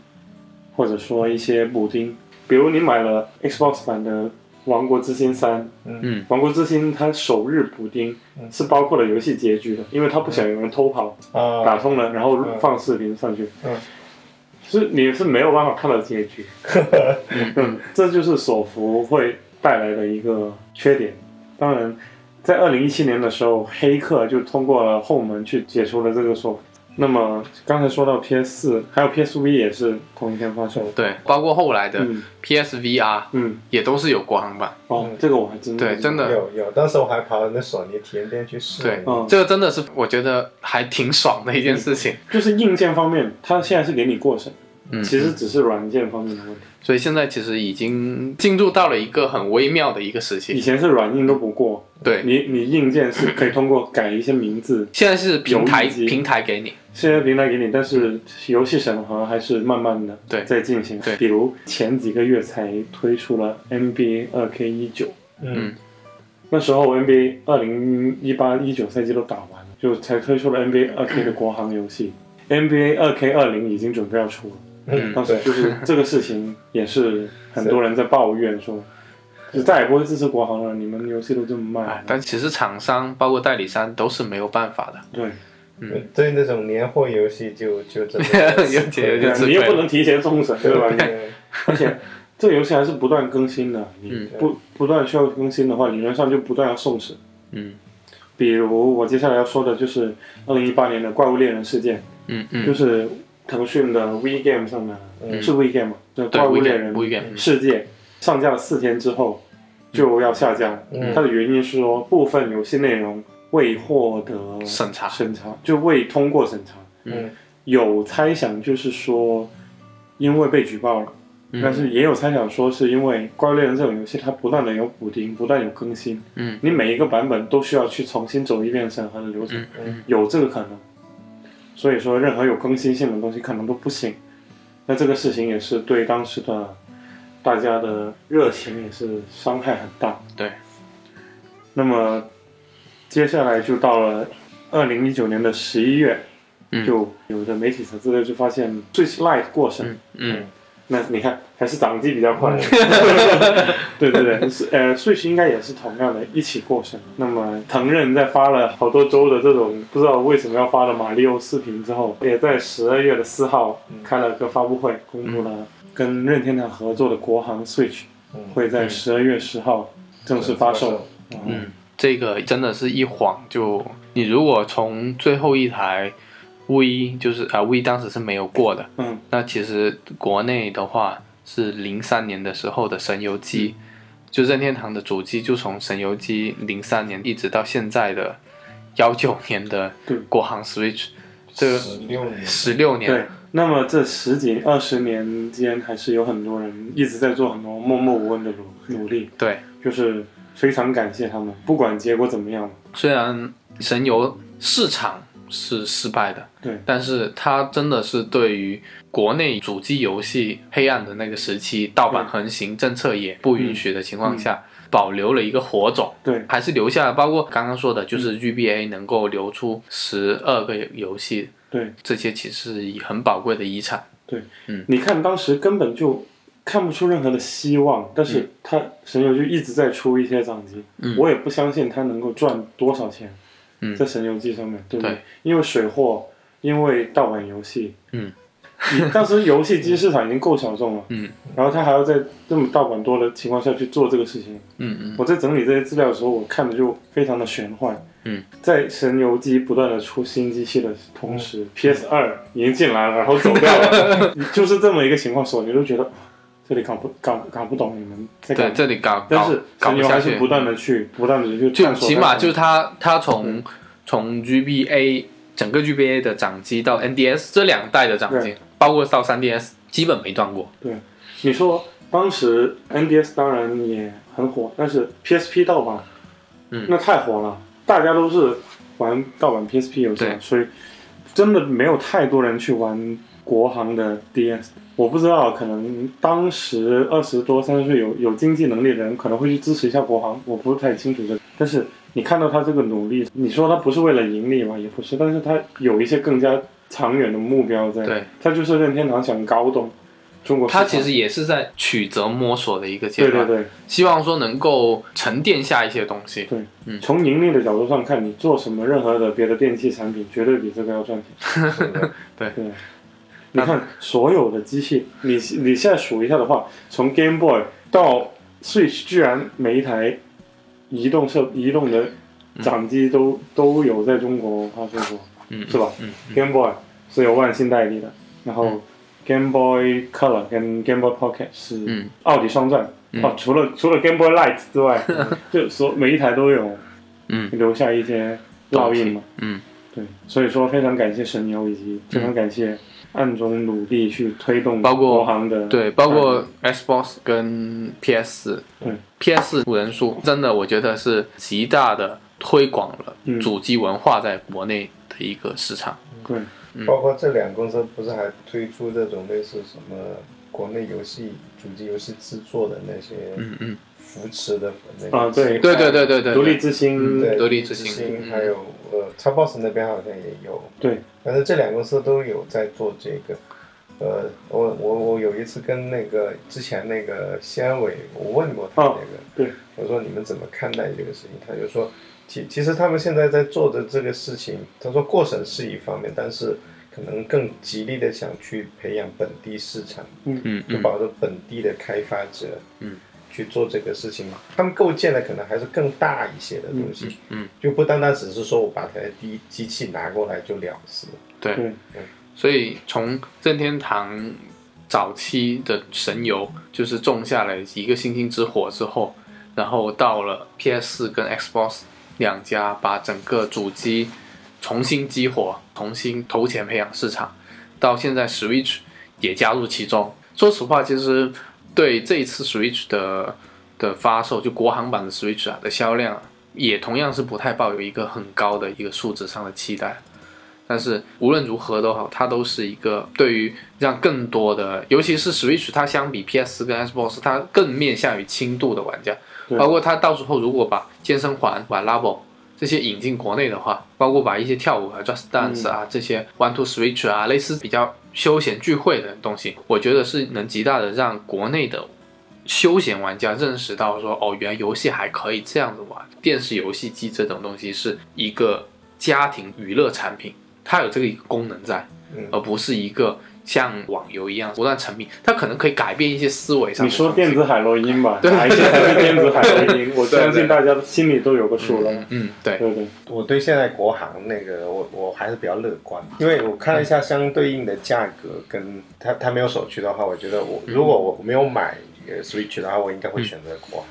或者说一些补丁，比如你买了 Xbox 版的《王国之心三》。嗯，王国之心它首日补丁嗯是包括了游戏结局的，因为它不想有人偷跑，打啊，通了然后嗯放视频上去，嗯，是你是没有办法看到结局。嗯，这就是手幅会带来的一个缺点。当然，在二零一七年的时候，黑客就通过了后门去解除了这个手。那么刚才说到 PS 四，还有 PSV 也是同一天发售。对，包括后来的嗯 PSVR 嗯，也都是有国行版。哦嗯，这个我还真对，真的，有有，当时我还跑到那索尼体验店去试了对一下。嗯，这个真的是我觉得还挺爽的一件事情。就是硬件方面，它现在是给你过审，嗯，其实只是软件方面的问题。所以现在其实已经进入到了一个很微妙的一个时以期。前是软硬都不过，对，你你硬件是可以通过改一些名字，现在是平台游戏机平台给你，现在平台给你，但是游戏审核还是慢慢的对在进行。对比如前几个月才推出了 NBA 二 K 一九，嗯那时候 NBA 二零一八一九赛季都打完了，就才推出了 NBA 二 K 的国行游戏。NBA 二 K 二零已经准备要出了，嗯当时对就是这个事情也是很多人在抱怨说，就再也不会支持国行了，你们游戏都这么慢哎了，，但其实厂商包括代理商都是没有办法的。对，嗯对那种年货游戏就就 真的嗯有点有点对啊自你又卑不能提前送审，对吧？你对而且这个游戏还是不断更新的，你嗯不、不断需要更新的话，理论上就不断要送审。嗯比如我接下来要说的就是二零一八年的怪物猎人事件，嗯就嗯，是腾讯的 We Game 上的、呃嗯是 We Game 嘛，就是对怪物猎 We 人 Game，We Game 嗯世界上架了四天之后就要下架，嗯它的原因是说部分游戏内容未获得审查审查就未通过审查，嗯有猜想就是说因为被举报了。嗯但是也有猜想说，是因为《怪物猎人》这种游戏，它不断的有补丁，不断有更新，嗯你每一个版本都需要去重新走一遍审核的流程，嗯嗯有这个可能。所以说，任何有更新性的东西可能都不行。那这个事情也是对当时的大家的热情也是伤害很大。对。那么接下来就到了二零一九年的十一月，嗯就有的媒体查资料就发现 Switch Lite 过审。嗯嗯那你看，还是掌机比较快。对对对，是呃，Switch 应该也是同样的，一起过审。那么腾任在发了好多周的这种不知道为什么要发的马里奥视频之后，也在十二月的四号嗯开了个发布会，公布了跟任天堂合作的国行 Switch 嗯会在嗯十二月十号正式发售。嗯，嗯，这个真的是一晃就，你如果从最后一台 V 就是啊 V 当时是没有过的，嗯，那其实国内的话是零三年的时候的神游机，嗯就任天堂的主机就从神游机零三年一直到现在的幺九年的对国行 Switch，这十六年，十六年，对。那么这十几二十年间，还是有很多人一直在做很多默默无闻的努努力。对就是非常感谢他们，不管结果怎么样，虽然神游市场是失败的，对但是它真的是对于国内主机游戏黑暗的那个时期，盗嗯版横行政策也不允许的情况下，保留了一个火种。对，还是留下了，包括刚刚说的，就是嗯 GBA 能够留出十二个游戏，对这些其实也很宝贵的遗产。嗯你看当时根本就看不出任何的希望，但是他神游就一直在出一些掌机，嗯我也不相信他能够赚多少钱，嗯在神游机上面，对不对因为水货，因为盗版游戏，嗯你，当时游戏机市场已经够小众了， 嗯然后他还要在这么盗版多的情况下去做这个事情，嗯嗯我在整理这些资料的时候，我看的就非常的玄幻。嗯，在神游机不断的出新机器的同时、p s 二已经进来了，然后走掉 了，就是这么一个情况，索尼都觉得这里搞不搞搞不懂你们在对，干。这里搞但搞是搞神不游下还去是，不断的去不断的去就探索它的，嗯起码就是它它从从 GBA 整个 GBA 的掌机到 NDS 这两代的掌机，包括到 3DS，基本没断过。对。你说当时 NDS 当然也很火，但是 PSP 盗版，嗯那太火了，大家都是玩盗版 PSP 游戏对，所以真的没有太多人去玩国行的 DS。我不知道，可能当时二十多、三十岁有有经济能力的人可能会去支持一下国行，我不太清楚这个。但是你看到他这个努力，你说他不是为了盈利嘛，也不是，但是他有一些更加长远的目标在。对，他就是任天堂想搞懂中国市场它其实也是在曲折摸索的一个阶对段，对对，希望说能够沉淀下一些东西。从盈利的角度上看，你做什么任何的别的电器产品，绝对比这个要赚钱。 对，你看所有的机器，你你现在数一下的话，从 Game Boy 到 Switch，居然每一台移动设移动的掌机都、都有在中国发售过、嗯，是吧嗯，嗯 g a m e Boy 是由万信代理的，然后嗯 Game Boy Color 跟 Game Boy Pocket 是嗯奥迪双钻。嗯哦，除了除了 Game Boy Light 之外，就所每一台都有嗯留下一些烙印嘛。嗯对，所以说非常感谢神游，以及非常感谢暗中努力去推动包括国行的，对，包括 Xbox 跟 PS，对 p s 五人数真的我觉得是极大的推广了嗯主机文化在国内的一个市场。对，嗯包括这两个公司不是还推出这种类似什么国内游戏主机游戏制作的那些嗯嗯，扶持的那个啊对对对对对对，独立之星，嗯对独立之之星嗯还有呃，Xbox 那边好像也有，对，反正这两个公司都有在做这个。呃，我我我有一次跟那个之前那个西安委，我问过他那哦个，对，我说你们怎么看待这个事情？他就说，其其实他们现在在做的这个事情，他说过审是一方面，但是可能更极力的想去培养本地市场，嗯就嗯保证本地的开发者，嗯，去做这个事情嘛。他们构建的可能还是更大一些的东西，嗯嗯嗯就不单单只是说我把台第一机器拿过来就了事。对对所以从任天堂早期的神游，就是种下了一个星星之火之后，然后到了 PS 跟 Xbox 两家，把整个主机重新激活，重新投钱培养市场，到现在 Switch 也加入其中。说实话，其实对这一次 Switch 的的发售，就国行版的 Switch 啊的销量啊，也同样是不太抱有一个很高的一个数值上的期待。但是无论如何都好，它都是一个对于让更多的，尤其是 Switch，它相比 PS 跟 Xbox，它更面向于轻度的玩家。对包括它到时候如果把健身环、把 Labo 这些引进国内的话，包括把一些跳舞啊、Just Dance 啊、这些 One to Switch 啊，类似比较休闲聚会的东西，我觉得是能极大的让国内的休闲玩家认识到说，哦，原来游戏还可以这样子玩。电视游戏机这种东西是一个家庭娱乐产品，它有这个一个功能在，嗯而不是一个像网游一样不断沉迷。它可能可以改变一些思维上你的东西。说电子海洛因吧，对哪一些才是电子海洛 因？我对相信大家心里都有个数了。嗯，对，对对，我对现在国行那个，我我还是比较乐观，因为我看了一下相对应的价格，跟他他没有手续的话，我觉得嗯我如果我没有买呃 Switch 的话，我应该会选择国行，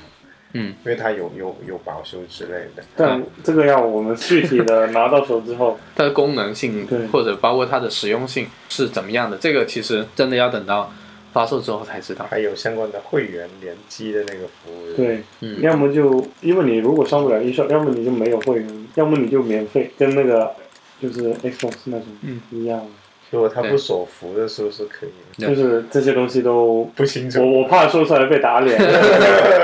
嗯，因为它有有有保修之类的。但这个要我们具体的拿到手 之后，它的功能性对或者包括它的实用性是怎么样的，这个其实真的要等到发售之后才知道。还有相关的会员联机的那个服务。，对，嗯要么就因为你如果上不了 eShop，要么你就没有会员，要么你就免费，跟那个就是 Xbox 那种嗯一样，如果它不对锁服的时候是可以的。对就是这些东西都，不清我楚。我怕说出来被 打脸。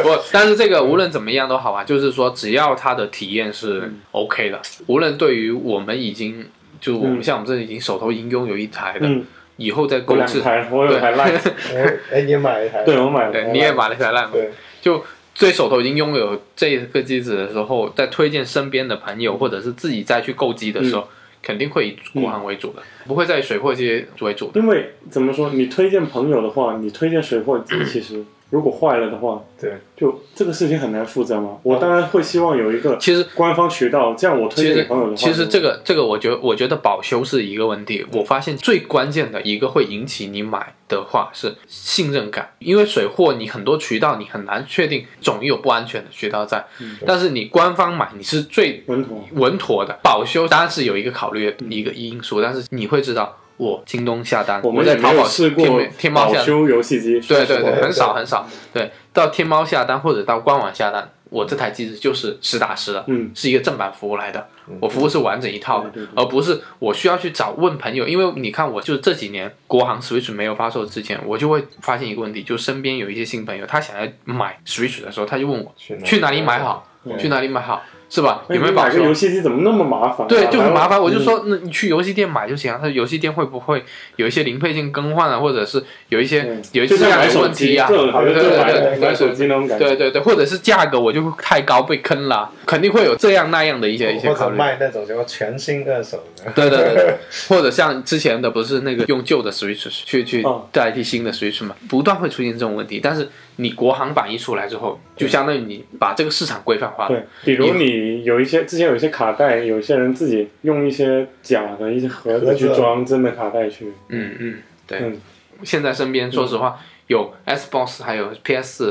不，但是这个无论怎么样都好啊，就是说只要它的体验是嗯 OK 的，无论对于我们已经就我们嗯像我们这已经手头已经拥有一台的， 嗯，以后再我购两置，台，我有台 Lite，哎哎，你也买一台？对我买了台对， Lite，你也买了一台 Lite，对，就最手头已经拥有这个机子的时候，再推荐身边的朋友或者是自己再去购机的时嗯候，肯定会以国行为主的，不会再以水货机为主的。因为怎么说，你推荐朋友的话，你推荐水货 机，其实如果坏了的话，对，就这个事情很难负责嘛。我当然会希望有一个其实官方渠道，这样我推其荐给实朋友的话，其实就这个这个，我觉得我觉得保修是一个问题。我发现最关键的一个会引起你买的话是信任感，因为水货你很多渠道你很难确定，总有不安全的渠道在。嗯但是你官方买你是最稳妥。稳妥的，保修当然是有一个考虑嗯的一个因素，但是你会知道我京东下单，我们也在没淘有宝试过天猫天猫保下单。修游戏机，对说对实话对，对很少对很少。对，到天猫下单或者到官网下单，我这台机子就是实打实的，嗯是一个正版服务来的，我服务是完整一套的，对对对而不是我需要去找问朋友。因为你看，我就这几年国行 Switch 没有发售之前，我就会发现一个问题，就身边有一些新朋友，他想要买 Switch 的时候，他就问我去哪去哪里买好对，去哪里买好。是吧？有没有保哎买个修游？戏机怎么那么麻烦啊、对，就很麻然烦。后我就，说，那你去游戏店买就行啊。他游戏店会不会有一些零配件更换啊，或者是有一些嗯有一就些像买有手问机题啊？这种好像对就对买对，买买手手机。机那种感觉。啊对对对，或者是价格我就太高被坑了，肯定会有这样那样的一些一些或考者虑。卖那种什么全新二手的，对对对对，或者像之前的不是那个用旧的 Switch 去去嗯代替新的 Switch 嘛，不断会出现这种问题。但是你国行版一出来之后，就相当于你把这个市场规范化了。对，比如你有一些之前有一些卡带，有些人自己用一些假的一些盒盒子啊子去装真的卡带去，嗯嗯，对。嗯现在身边说实话，有 Xbox 还有 PS，、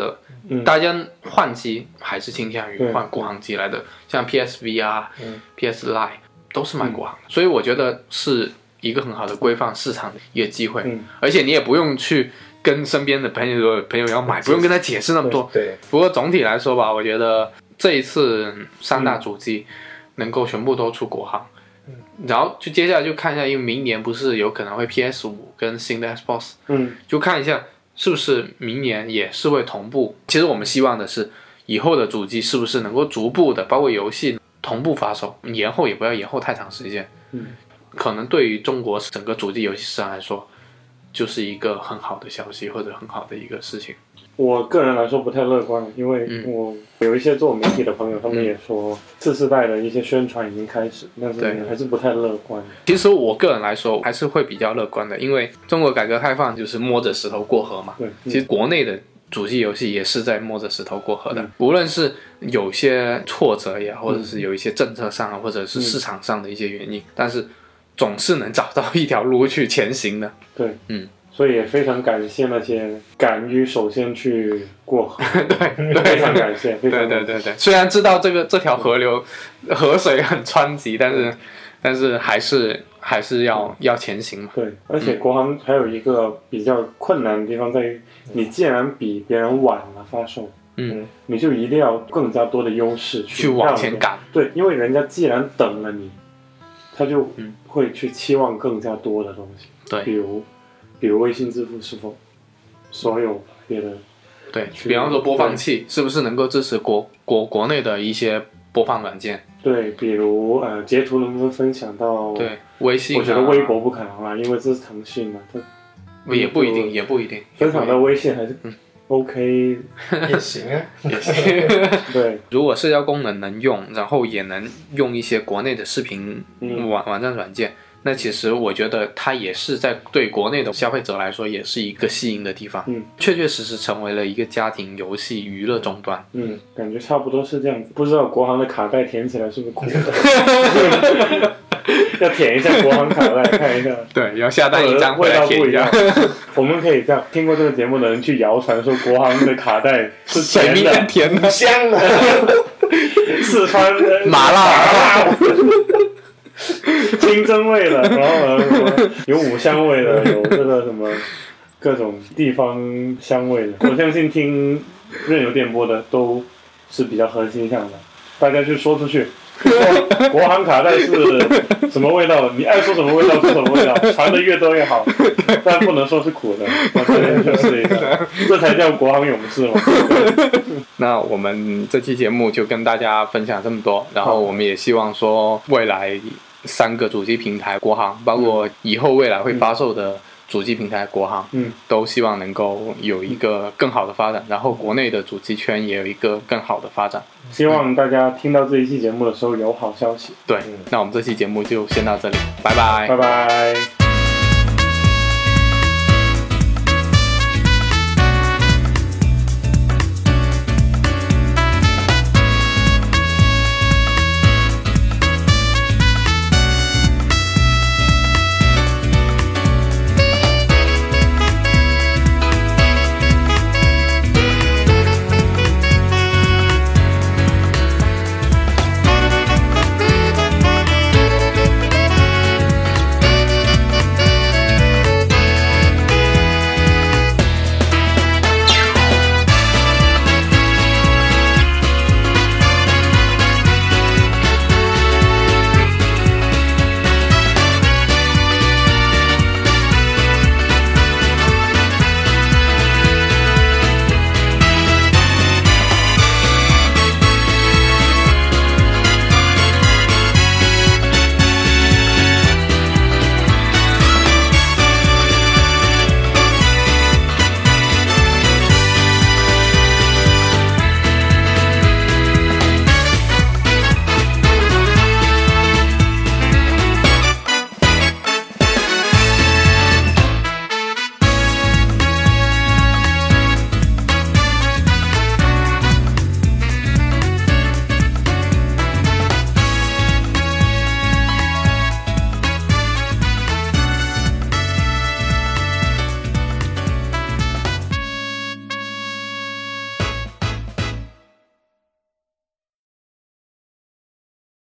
嗯大家换机还是倾向于对换国行机来的，像 PSV 啊、嗯 PS Line 都是卖嗯国行的，所以我觉得是一个很好的规范市场的一个机会，嗯而且你也不用去跟身边的朋友说朋友要买，不用跟他解释那么多。 对，不过总体来说吧，我觉得这一次三大主机能够全部都出国行，然后就接下来就看一下，因为明年不是有可能会 PS 五跟新的 Xbox，嗯就看一下是不是明年也是会同步。其实我们希望的是，以后的主机是不是能够逐步的，包括游戏同步发售，延后也不要延后太长时间。嗯，可能对于中国整个主机游戏市场来说，就是一个很好的消息或者很好的一个事情。我个人来说不太乐观，因为嗯我有一些做媒体的朋友，他们也说次世代的一些宣传已经开始，但对是还是不太乐观。其实我个人来说还是会比较乐观的，因为中国改革开放就是摸着石头过河嘛。对，嗯其实国内的主机游戏也是在摸着石头过河的，无论是有些挫折也好，或者是有一些政策上啊，或者是市场上的一些原因，但是总是能找到一条路去前行的。对，嗯，所以也非常感谢那些敢于首先去过河， 对非对常感谢，非对常对感谢。对对，虽然知道这个这条河流河水很湍急，但是但是还是还是要要前行嘛。对，而且国行还有一个比较困难的地方在于，你既然比别人晚了发售，嗯，你就一定要更加多的优势去让往前人。赶。对，因为人家既然等了你，他就嗯会去期望更加多的东西，比对如，比如微信支付是否所有别的，对，去比方说播放器是不是能够支持国国国内的一些播放软件？对，比如呃截图能不能分享到？，对，微信、啊。我觉得微博不可能啦，因为这是腾讯嘛，它也不一定，就也不一定。分享到微信还嗯是 OK，也行啊， 也行对，如果社交功能能用，然后也能用一些国内的视频嗯网网站软件，那其实我觉得它也是在对国内的消费者来说，也是一个吸引的地方。嗯，确确实实成为了一个家庭游戏娱乐终端。嗯，感觉差不多是这样子。不知道国行的卡带填起来是不是苦的？ 要舔一下国行卡带，看一下。对，要下单味一道张回来不填一样。我们可以这样，听过这个节目的人去谣传说国行的卡带是水甜蜜的，甜的挺香啊的，四川的麻辣， 清蒸味的，然后呢什么有五香味的，有这个什么各种地方香 味的。我相信听任由电波的都是比较核心向的，大家去说 出去。就说国行卡带是什么味道？你爱说什么味道说什么味 道，传的越多越好，但不能说是苦的，我这边去试一下，这才叫国行勇士嘛。那我们这期节目就跟大家分享这么多，然后我们也希望说未来三个主机平台国行，包括以后未来会发售的主机平台国行，嗯，都希望能够有一个更好的发展，然后国内的主机圈也有一个更好的发展。希望大家听到这一期节目的时候有好消息，对，那我们这期节目就先到这里，拜拜拜拜。